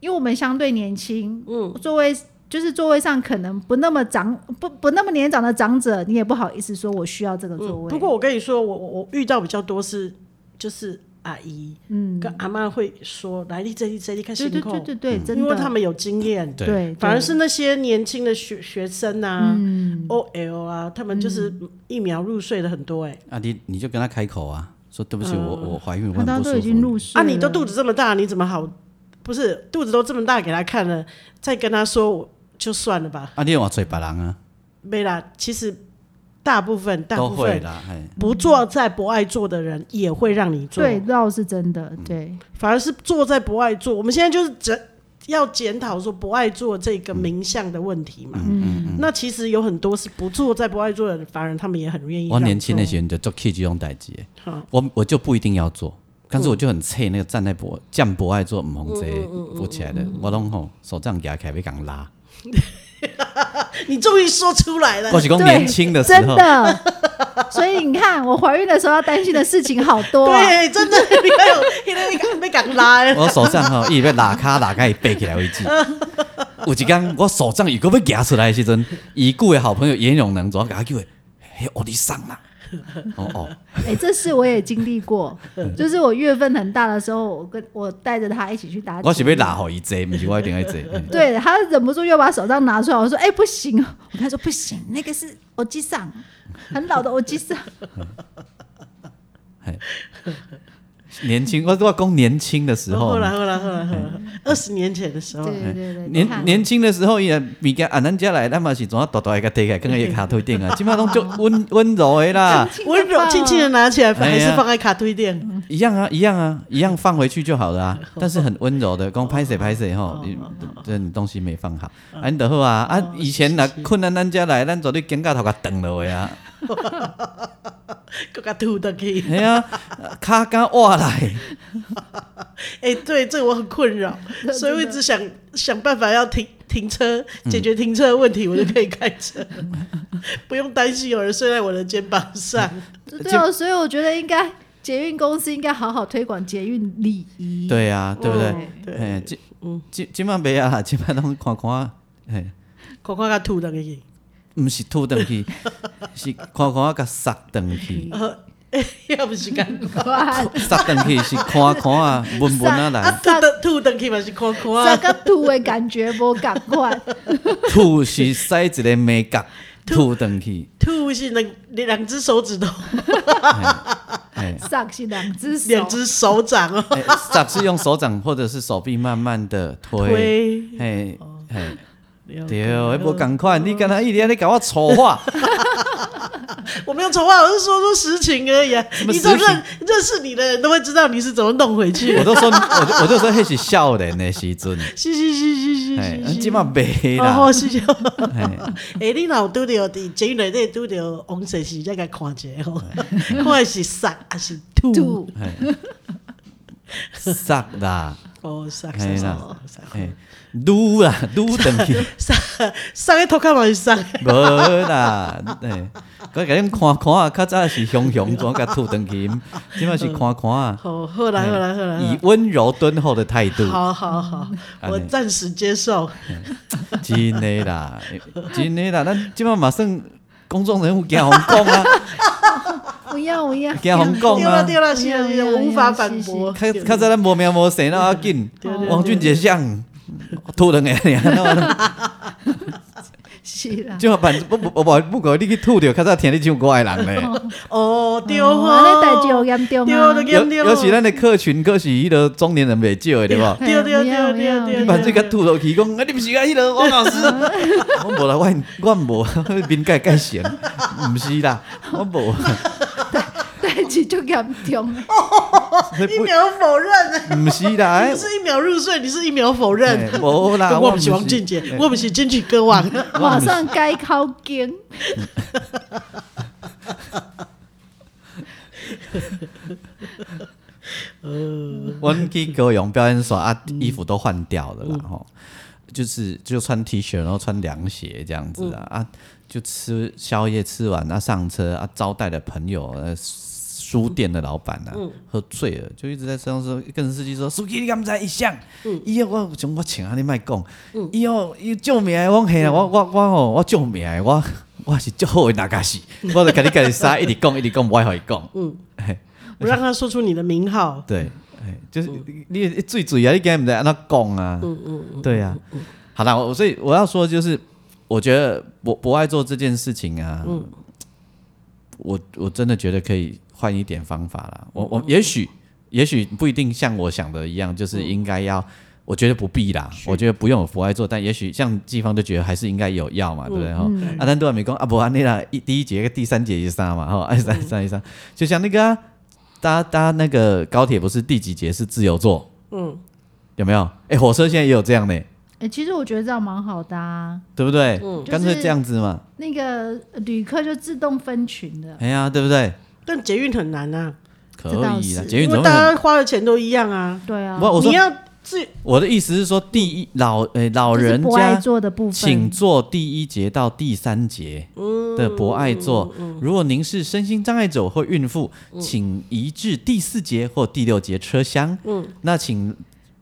S3: 因为我们相对年轻，嗯，座位就是座位上可能不那么长，不不那么年长的长者，你也不好意思说我需要这个座位，
S2: 嗯不过我跟你说，我我我遇到比较多是就是阿姨，嗯，跟阿妈会说来，你这里这里看
S3: 对
S2: 辛
S3: 对
S2: 苦
S3: 对，对对，真的，
S2: 因为他们有经验，
S1: 对
S3: 对，
S2: 反而
S3: 对
S2: 是那些年轻的学学生啊、o
S3: 嗯
S2: l 啊，他们就是一秒入睡的很多哎、
S1: 啊，你你就跟他开口啊，说对不起，我我怀孕，我
S3: 他
S1: 很
S3: 当
S1: 不
S3: 都已
S1: 舒
S3: 经
S1: 服。
S3: 入
S2: 嗯
S3: 睡
S2: 啊，
S3: 了，
S2: 你都肚子这么大，你怎么好？不是肚子都这么大给他看了，再跟他说我就算了吧，
S1: 啊，你往嘴别人啊，
S2: 没啦。其实大部分大
S1: 都
S2: 部
S1: 会
S2: 分
S1: 啦，哎，
S2: 不坐在不爱坐的人也会让你坐，
S3: 对，倒是真的，
S1: 嗯
S3: 对，
S2: 反而是坐在不爱坐。我们现在就是检要检讨说不爱坐这个名相的问题嘛。
S1: 嗯
S2: 那其实有很多是不坐在不爱坐的人，反而他们也很愿意
S1: 我
S2: 让
S1: 哦年轻
S2: 座
S1: 那些人就做 K 这种代志的
S2: 好，嗯
S1: 我我就不一定要做，但是我就很菜那个站在博站博爱做唔红这扶起来的，
S2: 嗯
S1: 我拢吼手这样举起来要讲
S2: 啊
S1: 拉。
S2: 你终于说出来了
S1: 我。是讲
S3: 对
S1: 年轻的时
S3: 真
S1: 候，
S3: 的。 所以你看，我怀孕的时候要担心的事情好多、啊，
S2: 对，真的，你还有你那个被赶拉欸，
S1: 我手上吼，伊要拉卡拉开背起来为 止。有一天，我手杖如果要夹出来的时阵，已故的好朋友严永能总要给他叫的，嘿，我你上 啦。哦哦，
S3: 哎、这事我也经历过，就是我月份很大的时候，我跟我带着他一起去打，
S1: 我是要拉。好伊坐，不是我一定要坐。嗯
S3: 对他忍不住又把手杖拿出来，我说：“哎、不行！” 我跟他说：“不行，那个是欧基上，很老的欧基上。
S1: 年轻， 我我讲年轻的时候嗯
S2: 后，来后来后来后来，二十年前 的时”候，啊
S3: 对对对，你
S1: 哎年
S3: 看
S1: 年轻的时候，伊也物件按咱家来，咱嘛是怎啊大大一个推开，跟伊卡推顶啊，即摆拢就温温柔的啦，
S2: 温柔轻轻的拿起来，
S1: 哎
S2: 还
S1: 呀
S2: 是放在卡推垫。
S1: 一样啊，一样啊，一样放回去就好了啊。但是很温柔的，讲拍谁拍谁吼，你这你东西没放好，安得好啊啊！以前若困难咱家来，咱绝对肩胛头甲断落去啊，
S2: 给它吐的去，
S1: 哎呀，骹甲歪来，
S2: 哎、对，这我很困扰， 所以我一直想想办法要停停车，解
S1: 嗯
S2: 决停车的问题，我就可以开车， 不用担心有人睡在我的肩膀 上。
S3: 对哦，所以我觉得应该捷运公司应该好好推广捷运礼仪。
S1: 对啊，对不对？
S2: 对
S1: 哎，即即即摆袂啊啦，即摆拢看看，嘿。
S2: 看看它吐的 去，
S1: 毋是吐转去，是看看啊，甲塞转去，
S2: 呃哎 要不是 干
S1: 塞转去是看看啊，闻闻啊
S2: 啊
S1: 来，
S2: 吐的吐的去嘛是看看
S3: 这
S2: 啊，
S3: 个土的感觉无赶快，
S1: 吐是塞一个美角，吐转去，
S2: 吐是两两只手指头，
S1: 哎、
S3: 上是两只手，
S2: 两只手掌 哦。
S1: 哎塞是用手掌或者是手臂慢慢的推，
S2: 推哦
S1: 嘿，嘿，
S2: 了
S1: 对，哦
S2: 解
S1: 迄无共款，你敢若一直咧甲我啊丑 化，
S2: 我没有丑话，我是说说实情而已、啊。
S1: 么
S2: 你都
S1: 实情
S2: 认认识你的人都会知道你是怎么弄回去
S1: 我
S2: 的。
S1: 都说，我就我就说迄是少年的时阵，
S2: 是是是是
S1: 哎
S2: 是，是，
S1: 即嘛袂
S2: 嗯哦，好
S1: 啦，
S2: 是是。
S1: 嘿
S2: 哎，你若有拄着伫井内底拄着王蛇时，再甲看一下吼，看是杀还是吐？
S3: 土
S1: 塞啦，
S2: 哦，杀
S1: 嘿
S2: 杀
S1: 啦
S2: 杀杀，
S1: 嘿，撸啦，撸转去。
S2: 杀杀个头壳嘛是杀，
S1: 无啦，哎，我甲恁看看啊，较早是雄雄怎甲吐登去，即摆是看看啊，
S2: 好，哦好啦好啦好啦好
S1: 以
S2: 啦。
S1: 温柔敦厚的态度，
S2: 好好好，
S1: 嗯
S2: 我
S1: 安尼
S2: 暂时接受。
S1: 真的啦，真的啦，咱即摆嘛算公众人物惊红 讲啊，
S3: 不要不要，
S1: 惊红讲
S2: 对啦
S1: 啊，
S2: 对啦，是啊
S3: 哎
S2: 是啊，我无法反驳。
S1: 较较早咱无名无姓那要紧
S2: 对对，对
S1: 王俊杰像吐登个，
S3: 是啦。
S1: 即摆办不不不不过你去吐着，较早听你唱歌的人咧。
S2: 哦，对吼，
S3: 啊那代志有严重
S2: 对哦
S3: 啊
S2: 就！
S1: 尤
S2: 严重
S1: 尤其咱的客群，可是迄个中年人袂少的，对无？
S2: 对对对对对，
S1: 把这个吐落去讲，啊，你毋是啊，迄个王老 师，我无啦，我 我无，面改改成，毋是啦，我无，
S3: 代 代志足严重啊的。
S1: 所以
S2: 一秒否认 呢、
S1: 不，不是啦，哎
S2: 不是一秒入睡，你是一秒否认。
S1: 哎无啦，
S2: 我
S1: 不
S2: 们是王俊杰，
S1: 哎
S2: 我们是金曲歌王。
S3: 马上该考经，
S1: 我们去高雄表演耍啊，衣服都换掉了啦，吼、就是就穿 T 恤，然后穿凉鞋这样子啊、啊，就吃宵夜吃完啊，上车啊，招待的朋友呃。书店的老板啊，喝醉了，就一直在车上说，跟司机说：“司机，你敢不知一项？以后我想我请啊，你卖讲，以后伊救命的，我嘿啦，我我我吼，我救命的，我我是救好的哪个是，我就跟你跟你杀，一直讲一直讲，我会讲，嗯，
S2: 我让他说出你的名号。
S1: 对，哎，就是你你你最嘴啊，你敢不知安怎讲啊？嗯嗯对啊。好啦，我所以我要说的就是，我觉得博博爱做这件事情啊，我我真的觉得可以换一点方法啦。我我也许也许不一定像我想的一样，就是应该要。我觉得不必啦，我觉得不用有博爱做，但也许像季芳就觉得还是应该有药嘛，对不对？哈、啊，咱都还没讲啊，不安尼啦，一第一节跟第三节一杀嘛，哈、二三三一三，就像那个、啊、搭搭那个高铁不是第几节是自由座，
S2: 嗯，
S1: 有没有？哎、火车现在也有这样呢、
S3: 哎、其实我觉得这样蛮好的啊。
S1: 对不对？
S2: 嗯
S3: 是
S1: 干、脆这样子嘛，
S3: 那个旅客就自动分群的，
S1: 哎呀、对不对？
S2: 但捷运很难啊，
S1: 可
S3: 这倒
S1: 以啦，
S3: 是
S1: 捷
S2: 因
S1: 运怎
S2: 为
S1: 么
S2: 大
S1: 可能？
S2: 家花的钱都一样啊。
S3: 对啊
S1: 不，，我说
S2: 你要自
S1: 我的意思是说，第一老诶、老
S3: 这是
S1: 人
S3: 不爱
S1: 家，
S3: 做的部
S1: 请
S3: 分。
S1: 坐第一节到第三节的博爱座。如果您是身心障碍者或孕妇，请移至第四节或第六节车厢。那请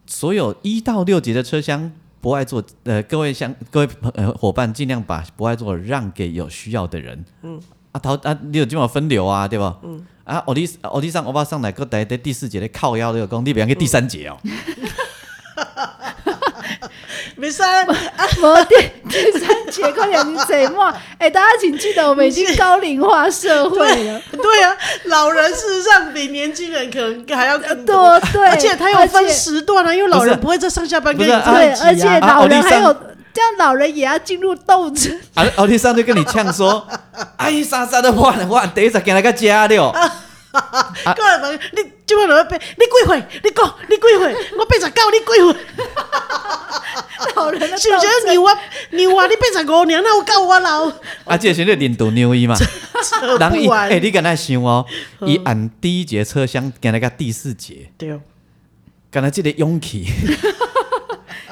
S1: 所有一到六节的车厢。博爱座，呃，各位相各位呃伙伴，尽量把博爱座让给有需要的人。嗯，啊，头啊，你有今晚分流啊，对吧？嗯，啊，我弟我弟上我爸上来，搁在在第四节咧靠腰那个讲，你别去第三节哦。
S2: 没啊 删，
S3: 摩电啊第三节快点你怎么？哎、大家请记得，我们已经高龄化社会了。
S2: 对啊，老人事实上比年轻人可能还要更多，
S1: 啊
S3: 对对，
S2: 而且他有分
S3: 而且
S2: 时段啊，因为老
S1: 不
S2: 人
S1: 是
S2: 不会在上下班跟你
S1: 不是啊
S2: 在
S3: 对
S2: 一，起啊
S3: 而且
S1: 啊
S3: 老人还
S1: 奥
S3: 有这样，老人也要进入斗争。
S1: 啊，奥利桑就跟你呛说：“ 啊，伊三三都换了换，第一次进来个家了。啊
S2: 个人问你即摆落去背，你几岁？你讲你几岁？我八十九，你几岁？
S3: 老人的斗
S2: 是 不是
S3: 争，
S2: 牛啊牛啊？你八十五年，那有够我老？
S1: 啊，这个时阵领导牛伊嘛，
S2: 扯
S1: 人
S2: 不
S1: 伊
S2: 完
S1: 哎、，你敢那想哦，伊按第一节车厢进来个第四节，
S2: 对，哦
S1: 敢那这个勇 气，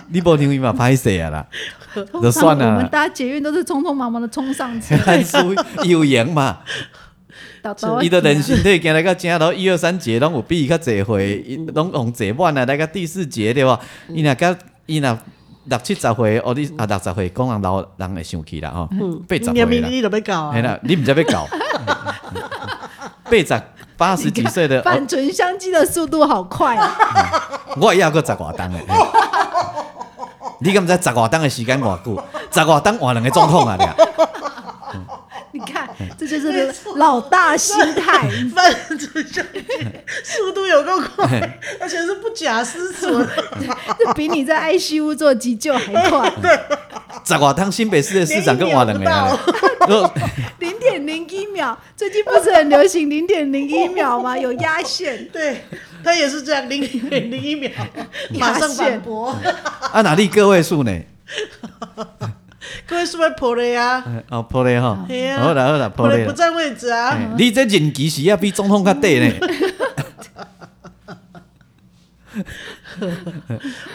S1: 你无牛伊嘛歹势啊啦，就算
S3: 我
S1: 了
S3: 们
S1: 啦，
S3: 搭捷运都是匆匆忙忙的冲上
S2: 啊
S3: 车，
S1: 输有赢嘛，
S3: 倒倒
S1: 伊都连身体进来个正头一二三节拢有比伊较侪岁，伊拢用坐满啊，来个第四节对吧？伊若甲伊若六七十岁，哦你啊六十岁，讲人老人会生气啦吼，八十
S2: 嗯年
S1: 岁啦
S2: 龄，你都要搞
S1: 嘿
S2: 啊，
S1: 啦，你毋知 要搞，八十八十几岁的，哦
S3: 反唇相讥的速度好快啊！
S1: 我也要过十外档诶。嘿 你敢毋知十外档的时间偌久？十外档换两个总统啊！俩，
S3: 你看，
S1: 哎
S3: 这就是老大心态。
S2: 分出去，速度有够快，而且是不假思索。
S3: 这比你在 ICU 做急救还快，
S1: 十外档新北市的市长跟换两个啊。若
S3: 零点零一秒。最近不是很流行零点零一秒吗？有压 线，
S2: 对他也是这样，零零零一秒，马上反驳。
S1: 啊哪里个位数呢？
S2: 各位是不是破了呀？
S1: 哎哦，破例吼，
S2: 嘿啊
S1: 好啦好啦，
S2: 破
S1: 破例
S2: 了不。占位置啊！
S1: 哎你这任期是要比总统较短
S2: 嗯
S1: 呢？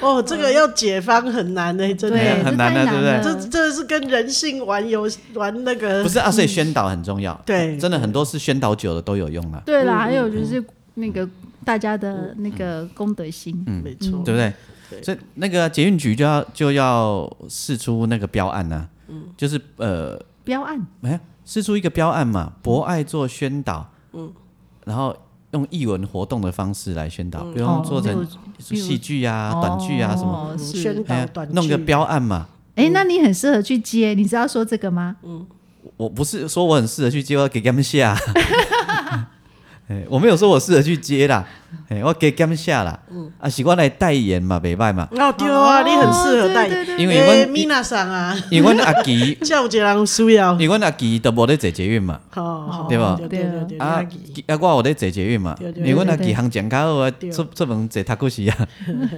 S2: 哦，这个要解方很难呢，真
S1: 哎呀
S2: 的。
S3: 对，这
S1: 很
S3: 太
S1: 难啊
S3: 难
S1: 对不对
S3: 了。
S2: 这这是跟人性玩游玩那个
S1: 不，是啊，所以宣导很重要。
S2: 对
S1: 真的很多是宣导久了都有用啦，
S3: 对啦，还有
S1: 嗯
S3: 就是那个大家的那个功德心，
S1: 嗯
S2: 没错
S1: 对。不对？所以那个捷运局就要就要试出那个标案呐，就是呃，
S3: 标案
S1: 哎呀，试出一个标案嘛，博爱做宣导，然后用艺文活动的方式来宣导，比如
S3: 哦
S1: 做成
S3: 例如哦
S1: 戏剧啊、短剧啊什么，
S3: 么
S2: 宣嗯
S1: 哎
S2: 导
S1: 呀
S2: 短剧
S1: 弄个标案嘛。
S3: 哎，那你很适合去接，你知道说这个吗？
S1: 我不是说我很适合去接，我给他们下。嘿哎我没有说我适合去接啦，嘿，我给感谢啦，啊，是我来代言嘛，袂歹嘛，
S2: 哦，对啊，你很适合代
S3: 对
S2: 言。
S3: 对对
S1: 因为
S2: 诶
S1: 阮
S2: 米娜桑啊，
S1: 因为阮阿奇，
S2: 叫一个人有需要
S1: 因。为阮阿奇都无咧坐捷运嘛，
S2: 哦，
S1: 对吧
S2: 对对对对，
S1: 啊
S2: 阿吉
S1: 啊，我有咧坐捷运嘛，
S2: 对对
S1: 因为阮阿
S3: 对
S1: 奇
S3: 对
S1: 行讲较好啊，
S2: 对
S1: 出出门坐塔古 西啊，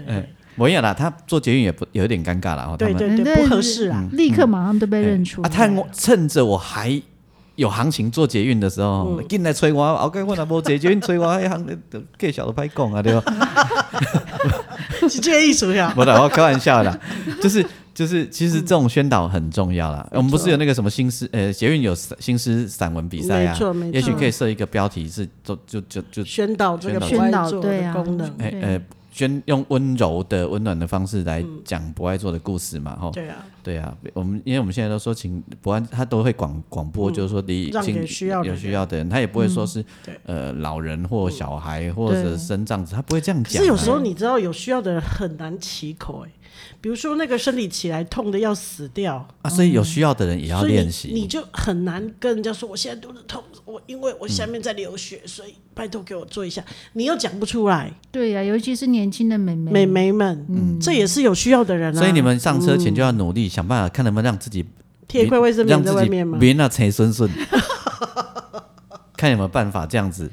S1: 嘿无影啦，他做捷运也不有点尴尬啦，吼，哦他
S2: 对
S1: 们
S2: 对对，
S3: 对
S2: 不合适嗯啊。
S3: 立刻马上都被认出
S1: 嗯啊，
S3: 来。
S1: 趁我趁着我还有行情做捷运的时候，
S2: 嗯
S1: 进来催我，后盖我若无坐捷运催我，迄行就继续都歹讲啊，对 吧？
S2: 是这个意思呀。
S1: 不啦，我开玩笑的啦，就是就是，其实这种宣导很重要
S2: 嗯
S1: 啦。我们不是有那个什么新诗呃，捷运有新诗散文比赛啊，
S2: 没错没错
S1: 也许可以设一个标题是就就就就
S2: 宣导这个不爱
S3: 宣导
S2: 做
S3: 对
S2: 的
S3: 啊
S2: 功能，
S1: 哎
S3: 对
S1: 呃。宣用温柔的、温暖的方式来讲不爱做的故事嘛，吼，
S2: 嗯对啊，
S1: 对啊，我们因为我们现在都说请不按，他都会广广播，就是说你
S2: 嗯让
S1: 请
S2: 给需要的
S1: 有
S2: 人嗯
S1: 需要的人，他也不会说是、
S2: 对嗯
S1: 呃老人或小孩或者
S3: 对
S1: 生长者，他不会这样
S2: 可
S1: 讲、啊。
S2: 是有时候你知道，有需要的人很难起口哎、比如说那个生理起来痛的要死掉，
S1: 啊，所以有需要的人也
S2: 嗯
S1: 要
S2: 所以
S1: 练
S2: 你你
S1: 习。
S2: 就很难跟人家说，我现在肚子痛，我因为我下面在流血，所以拜托给我做一下，你又讲不出来，
S3: 对呀、尤其是年轻的美眉，
S2: 美眉们，
S3: 嗯
S2: 这也是有需要的人啊。
S1: 所以你们上车前就要努力、想办法，看能不能让自己
S2: 贴一块卫生棉
S1: 让
S2: 在
S1: 自
S2: 外
S1: 己
S2: 面吗？
S1: 别那陈顺 顺，看有没有办法这样子。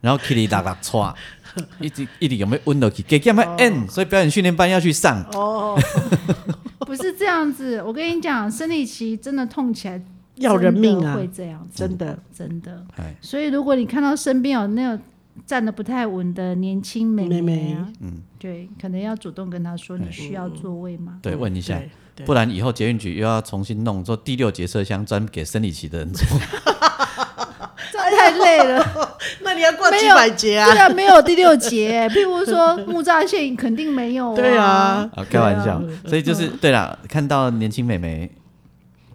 S1: 然后噼里哒啦唰，一直一直有没有温度去，给给们 N，所以表演训练班要去上。
S2: 哦，
S3: 不是这样子。我跟你讲，生理期真的痛起来
S2: 要人命
S3: 真的
S2: 啊
S3: 会，这样子，
S2: 真的。
S3: 真的。
S1: 哎，
S3: 所以如果你看到身边有那种站得不太稳的年轻美眉、啊，嗯，对，可能要主动跟她说你需要座位吗？
S1: 哎对，问一下。
S2: 对对
S1: 不然以后捷运局又要重新弄，说第六节车厢专给生理期的人坐。
S3: 这样太累了，
S2: 那你要 挂
S3: 没
S2: 几
S3: 有
S2: 百节啊
S3: 对？啊，没有第六节， 譬如说木栅线肯定没有、
S2: 对啊
S3: 啊，
S1: 啊，开玩笑，所以就是对啦，看到年轻美眉，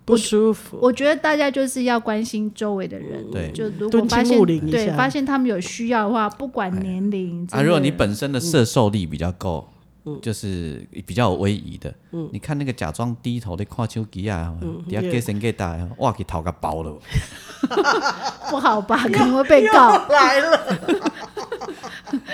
S2: 不舒服，
S3: 我觉得大家就是要关心周围的人，
S1: 对
S3: 就如果
S2: 敦
S3: 发
S2: 亲
S3: 现
S2: 睦邻一
S3: 对
S2: 下
S3: 发现他们有需要的话，不管年龄
S1: 啊，如果你本
S2: 嗯
S1: 身的摄受力比较够，就是比较有威仪的，你看那个假装低头的看手机啊，底下
S2: 嗯对哦
S1: 给神给大，哦哇，给头个包了，
S3: 不好 吧，可能会被告，
S2: 来了，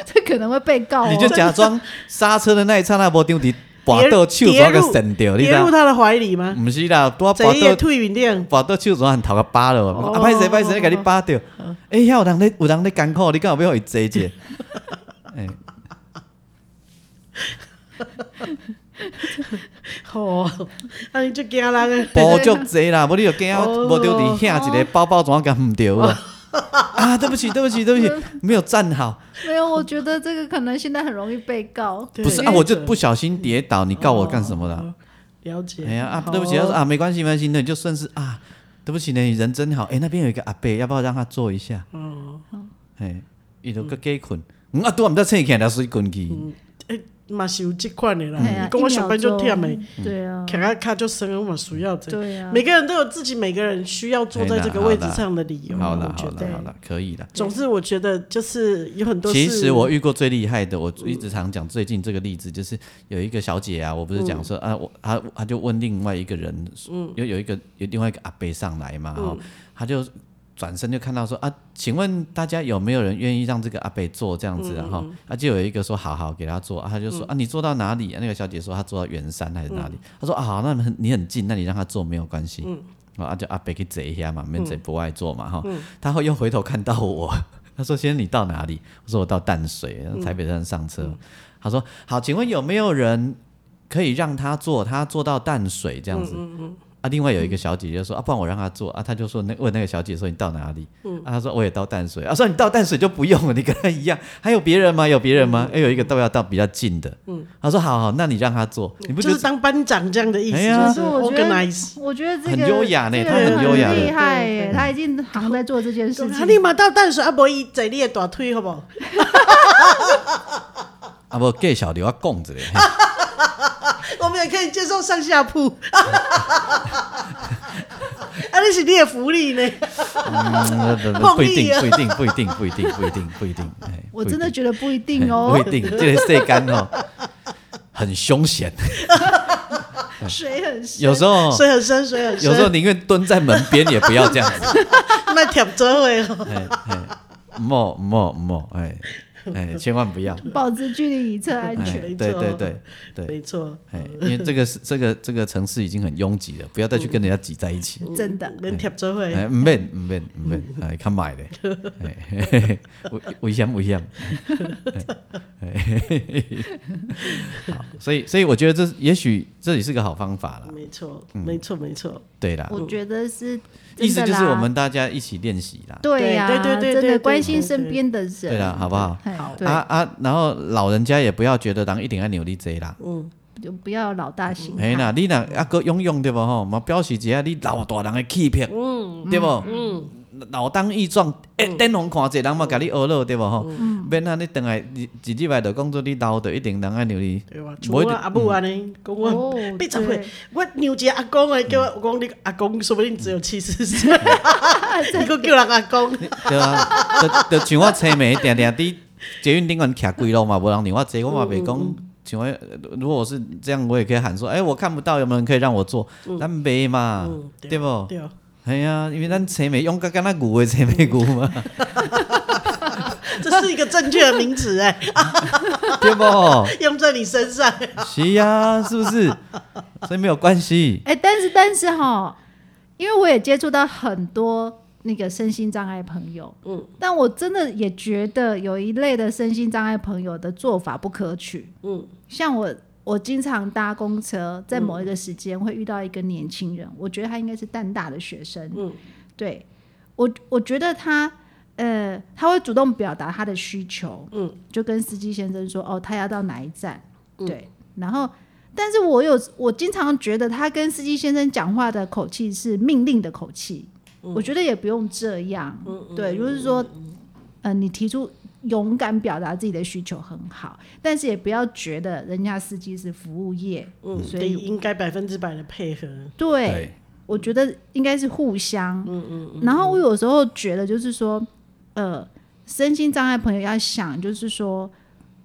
S3: 这可能会被告、哦。
S1: 你就假装刹车的那一刹那无丢底，把到手抓个神掉，你知
S2: 跌入
S1: 道？
S2: 他的怀里吗？
S1: 不是啦，多
S2: 这
S1: 嗯把
S2: 一页哦
S1: 到
S2: 退云店，
S1: 把到手抓很头个疤了，啊，歹势歹势，给你疤掉。
S2: 嗯
S1: 哎，遐有人咧有人咧艰苦，你敢有要伊坐 者？哎，
S2: 哦，那你就惊人 啊。
S1: 包足济啦，无你就惊
S2: 哦
S1: 无丢你遐一个包包怎敢毋掉了？啊，对不起，对不起，对不起，没有站好。
S3: 没有，我觉得这个可能现在很容易被告。
S2: 对哦
S1: 不是啊，我就不小心跌倒，你告我干什么啦？
S2: 了
S1: 哎
S2: 解，
S1: 呀啊，对不起，他说啊，没关系，没关系，那你就算是啊，对不起呢，你人真好。哎，那边有一个阿伯，要不要让他坐一下？
S2: 哦，
S1: 哎，伊都个加困，嗯啊，拄啊，毋知醒起来就睡困去。
S2: 嗯嘛是有这款的啦
S1: 啊
S3: 哎呀，。
S2: 跟我上班就忝
S3: 一
S2: 的
S3: 秒，钟对啊，
S2: 卡卡卡就生，我嘛需要这。
S3: 对啊，
S2: 每个人都有自己每个人需要坐在这个位置上的理由，
S1: 好
S2: 我
S1: 了，好
S2: 觉
S1: 了，
S2: 得。
S1: 好了，可以了。
S2: 总之，我觉得就是有很多事。
S1: 其实我遇过最厉害的，我一直常讲最近这个例子，就是有一个小姐啊，我不是讲说、啊，
S2: 嗯
S1: 我她她就问另外一个人，啊有有一个有另外一个阿伯上来
S2: 嗯
S1: 嘛，哈、她就转身就看到说啊，请问大家有没有人愿意让这个阿伯坐这样子啊？
S2: 嗯
S1: 哈、啊就有一个说好好给他坐，啊他就说、啊你坐到哪里？啊那个小姐说她坐到圆山还是哪里？
S2: 嗯
S1: 她说啊好，那很你很近，那你让她坐没有关系。啊，就阿伯去坐一下嘛，免坐
S2: 嗯
S1: 不爱坐嘛哈。他后又回头看到我，他说：“先生，你到哪里？”我说：“我到淡水，台北站上车。他说：“好，请问有没有人可以让他坐？他坐到淡水这样子。啊，另外有一个小姐就说：“啊，不然我让他坐啊。”他就说：“那问那个小姐说你到哪里？”啊，他说：“我也到淡水。”啊，说你到淡水就不用了，你跟他一样。还有别人吗？有别人吗？哎、有一个都要到比较近的。嗯，他说：“好好，那你让他坐，你不
S2: 就
S1: 觉得
S2: 是当班长这样的意思，
S1: 哎呀
S2: 就是
S3: 可是我觉得
S2: organize。
S3: 我觉得这个
S1: 很优雅呢
S3: 这个
S1: 他
S2: 很
S3: 人
S2: 优雅
S3: 厉
S2: 的
S3: 害
S2: 对
S3: 耶，他 已经常在做这件事
S2: 他
S3: 情。
S2: 立马啊到淡水，阿伯伊在你的大腿，好不 好？
S1: 啊不，给小刘要供着嘞。”
S2: 我们也可以接受上下铺。 啊，那是你的福利呢。
S1: 嗯不不不不一定，不一定，不一定，不一定，不一定，不一定。哎
S3: 我真的
S1: 不
S3: 觉得不一
S1: 一
S3: 定
S1: 哎
S3: 哦，
S1: 不一定，这个晒干 哦，很凶险。
S3: 水很深。
S1: 有时候，
S2: 水很深，水很深。
S1: 有时候宁愿蹲在门边也不要这样子。
S2: 卖舔折尾哦。
S1: 哎哎唔好唔好唔好，哎哎，千万不要，
S3: 保持距离以测安
S1: 哎
S3: 全。
S2: 没
S1: 对
S2: 错
S1: 对对对，
S2: 没错，
S1: 哎，因为这个是这个这个城市已经很拥挤了，不要再去跟人家挤在一起。
S3: 真的，
S2: 能贴做伙。
S1: 哎，唔免唔免唔免，哎，较卖咧，哎 嘿嘿嘿危危险危险。哎嘿嘿嘿嘿好，所以所以我觉得这也许这也是个好方法啦。
S2: 没错，
S1: 嗯
S2: 没错，没错。
S1: 对啦，
S3: 我觉得是
S1: 意思
S3: 真
S1: 就是
S3: 的啦
S1: 我们大家一起练习啦。
S3: 对呀，
S2: 对对对对
S3: 真
S2: 对对
S3: 的关心身边的人，
S1: 对啦，好不好？
S3: 嘿
S2: 好
S3: 对
S1: 啊，啊，然后老人家也不要觉得人一定要努力这啦。
S3: 嗯就不要老大心
S1: 哎
S3: 态。
S1: 啦，你若啊个勇勇对不吼，嘛表示一下你老大人的气魄，
S3: 嗯
S1: 对不？老当益壮，哎，顶红看者人嘛，甲你学了对不吼？
S3: 嗯
S1: 免啊，你等来一一入来就讲做你老的一定人爱努力。
S2: 对啊哇，像
S1: 不一
S2: 我
S1: 定
S2: 阿母安尼，讲我
S3: 哦
S2: 八十岁
S3: 对，
S2: 我娘一个阿公诶，叫
S1: 嗯
S2: 我讲你阿公，说不定只有七十 岁，
S3: 啊
S2: 你个叫人阿公，
S1: 对啊，就就像我车妹定定伫捷运顶管徛规路嘛，无人让我坐，我嘛袂讲。像我，如果我是这样，我也可以喊说：“哎、我看不到，有没有人可以让我坐？”咱袂嘛，
S2: 嗯
S1: 对不？
S2: 对，
S1: 哎呀，因为咱青梅用个敢若牛的青梅牛嘛，
S2: 这是一个正确的名词哎，
S1: 对不？
S2: 用在你身上，
S1: 是呀、是不是？所以没有关系。
S3: 哎，但是但是哈，因为我也接触到很多那个身心障碍朋友，嗯，但我真的也觉得有一类的身心障碍朋友的做法不可取，
S2: 嗯
S3: 嗯，像我。我经常搭公车，在某一个时间会遇到一个年轻人，我觉得他应该是淡大的学生，
S2: 嗯
S3: 对我，我觉得他，呃，他会主动表达他的需求，
S2: 嗯，
S3: 就跟司机先生说，哦，他要到哪一站，对，然后，但是我有，我经常觉得他跟司机先生讲话的口气是命令的口气，我觉得也不用这样，对，就是说，呃，你提出。勇敢表达自己的需求很好，但是也不要觉得人家司机是服务业，
S2: 嗯，
S3: 所
S2: 所以
S3: 以
S2: 应该百分之百的配合，
S3: 对，我觉得应该是互相。嗯嗯然后我有时候觉得就是说，呃，身心障碍朋友要想，就是说，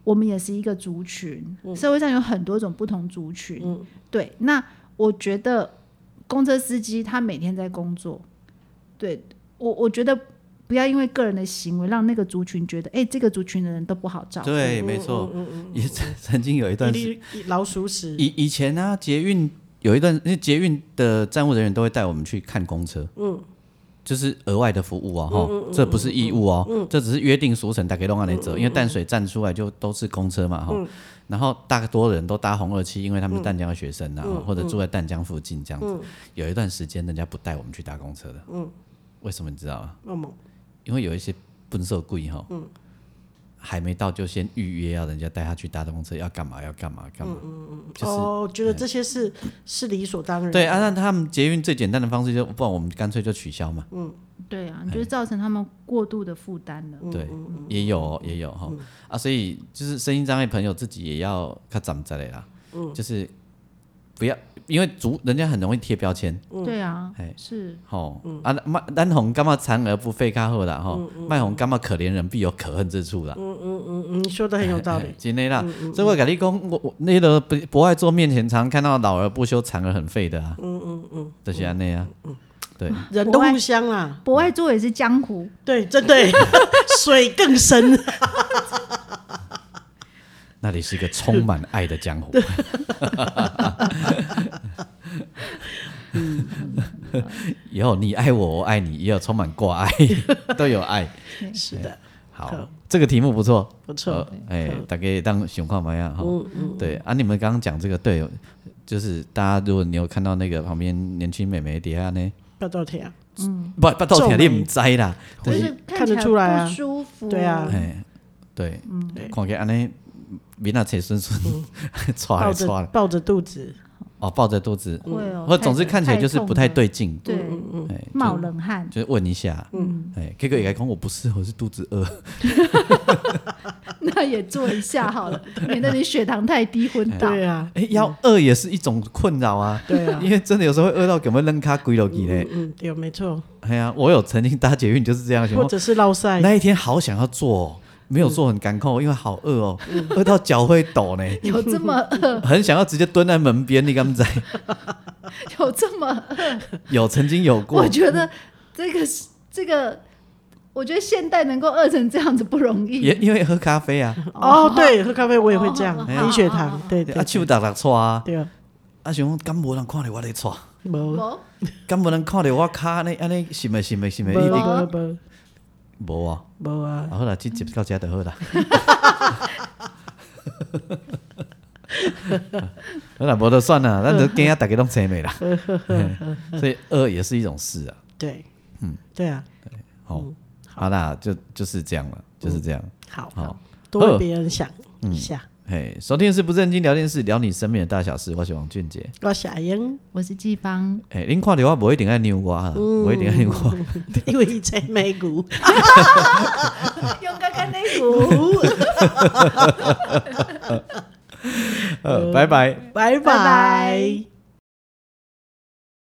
S3: 我们也是一个族群，社会上有很多种不同族群。对，那我觉得公车司机他每天在工作，对我我觉得。不要因为个人的行为让那个族群觉得，哎、这个族群的人都不好照顾。
S1: 对，没错。也曾曾经有一段时，
S2: 一粒老鼠屎，
S1: 以以前啊，捷运有一段，因为捷运的站务人员都会带我们去看公车，嗯，就是额外的服务哦，哈、这不是义务哦，这只是约定俗成，大概都按来走，因为淡水站出来就都是公车嘛，哈、然后大多人都搭红二七，因为他们是淡江的学生啊，或者住在淡江附近这样子。有一段时间，人家不带我们去搭公车的，嗯，为什么嗯你知道吗？啊
S2: 那么
S1: 因为有一些笨兽贵哈，还没到就先预约，要人家带他去搭公车，要干嘛要干嘛干嘛，就是、
S2: 哦，觉得这些是是理所当然，
S1: 对，啊，那他们捷运最简单的方式就，不然我们干脆就取消嘛，
S3: 对
S1: 哎
S3: 啊，你就造成他们过度的负担了。
S1: 对，也有哦也有哈、啊，所以就是声音障碍朋友自己也要看怎么着嘞啦，就是不要因为族人家很容易贴标签，
S3: 对啊
S1: 哎，
S3: 是
S1: 吼、啊，卖咱红干嘛残而不费较好啦吼，卖红干嘛可怜人必有可恨之处啦。
S2: 嗯嗯，你说的很有道理
S1: 哎，真的啦，所以我跟你讲，我我那个不不爱做面前，常看到老而不休，残而很废的啊。嗯嗯嗯，就是安内啊。对，
S2: 人都互相啦，
S3: 博爱座也是江湖，
S2: 对，真 的水更深，
S1: 那里是一个充满爱的江湖。 以后你爱我，我爱你，也有充满 挂爱，都有爱。
S2: 是的，
S1: 好，这个题目不错，
S2: 不错，嗯
S1: 呃哎、大概当熊看嘛呀哈。对啊，你们刚刚讲这个，对，就是大家如果你有看到那个旁边年轻美眉底下呢，
S2: 不要多听，
S1: 不不到
S2: 嗯皱
S1: 听
S2: 眉
S1: 你唔知啦，
S3: 就
S1: 对
S3: 是
S2: 看得
S3: 起
S2: 出来啊
S3: 不舒服。哦
S2: 对啊
S1: 哎对，
S2: 嗯
S1: 看起来安尼面啊，切顺顺， 抓
S2: 抱
S1: 来抓
S2: 着
S1: 来，
S2: 抱着肚子，
S1: 哦，抱着肚子，
S3: 会哦
S1: 或总之看起来就是不太，对劲，
S3: 太痛了对，
S2: 哎
S3: 冒冷汗，
S1: 就是问一下，嗯，哎，K 哥也来讲，我不是，我是肚子饿，
S3: 那也做一下好了， 免得你血糖太低昏倒。
S2: 对啊，
S1: 哎，要饿也是一种困扰啊，
S2: 对啊
S1: 因为真的有时候会饿到根本扔卡鬼落去嘞，
S2: 嗯，对，没错，
S1: 哎呀，我有曾经搭捷运就是这样，想
S2: 或
S1: 说
S2: 者是落塞，
S1: 那一天好想要做哦，没有做很感慨，因为好饿哦，饿到脚会抖呢。
S3: 有这么饿，
S1: 很想要直接蹲在门边，你敢不知？
S3: 有这么饿，
S1: 有曾经有过
S3: 我，觉得这个是这个我觉得现代能够饿成这样子不容易。
S1: 也因为喝咖啡啊，
S2: 哦，对，喝咖啡我也会这样
S3: 哦，
S2: 低血糖，对对
S1: 啊，手打打搓啊，
S2: 对啊，
S1: 啊，想讲敢无人看着我咧搓，
S2: 无
S3: 无
S1: 敢无人看着我骹安尼安尼，是咪是咪是咪？
S2: 啊
S1: 一定
S3: 啊
S2: 无无
S1: 无啊，
S2: 无啊
S1: 啊，好啦，即集到遮就好啦。好啦，无就算啦，咱就今仔大家拢青美啦。嘿所以饿也是一种事啊，
S2: 对，嗯，对啊，
S1: 吼，好啦，就就是这样了，就是这样。
S2: 好，
S1: 好，
S2: 多为别人想一下，
S1: 嘿，收听的是不正经聊天室，聊你身边的大小事。我是王俊杰。
S2: 我小英，
S3: 我是季芳，
S1: 哎、欸，您看到我不一定爱扭我啊，不一定爱扭我。
S2: 因为在美股，
S3: 用刚刚那 股，
S1: 呃，拜拜。
S2: 拜
S3: 拜拜
S2: 拜。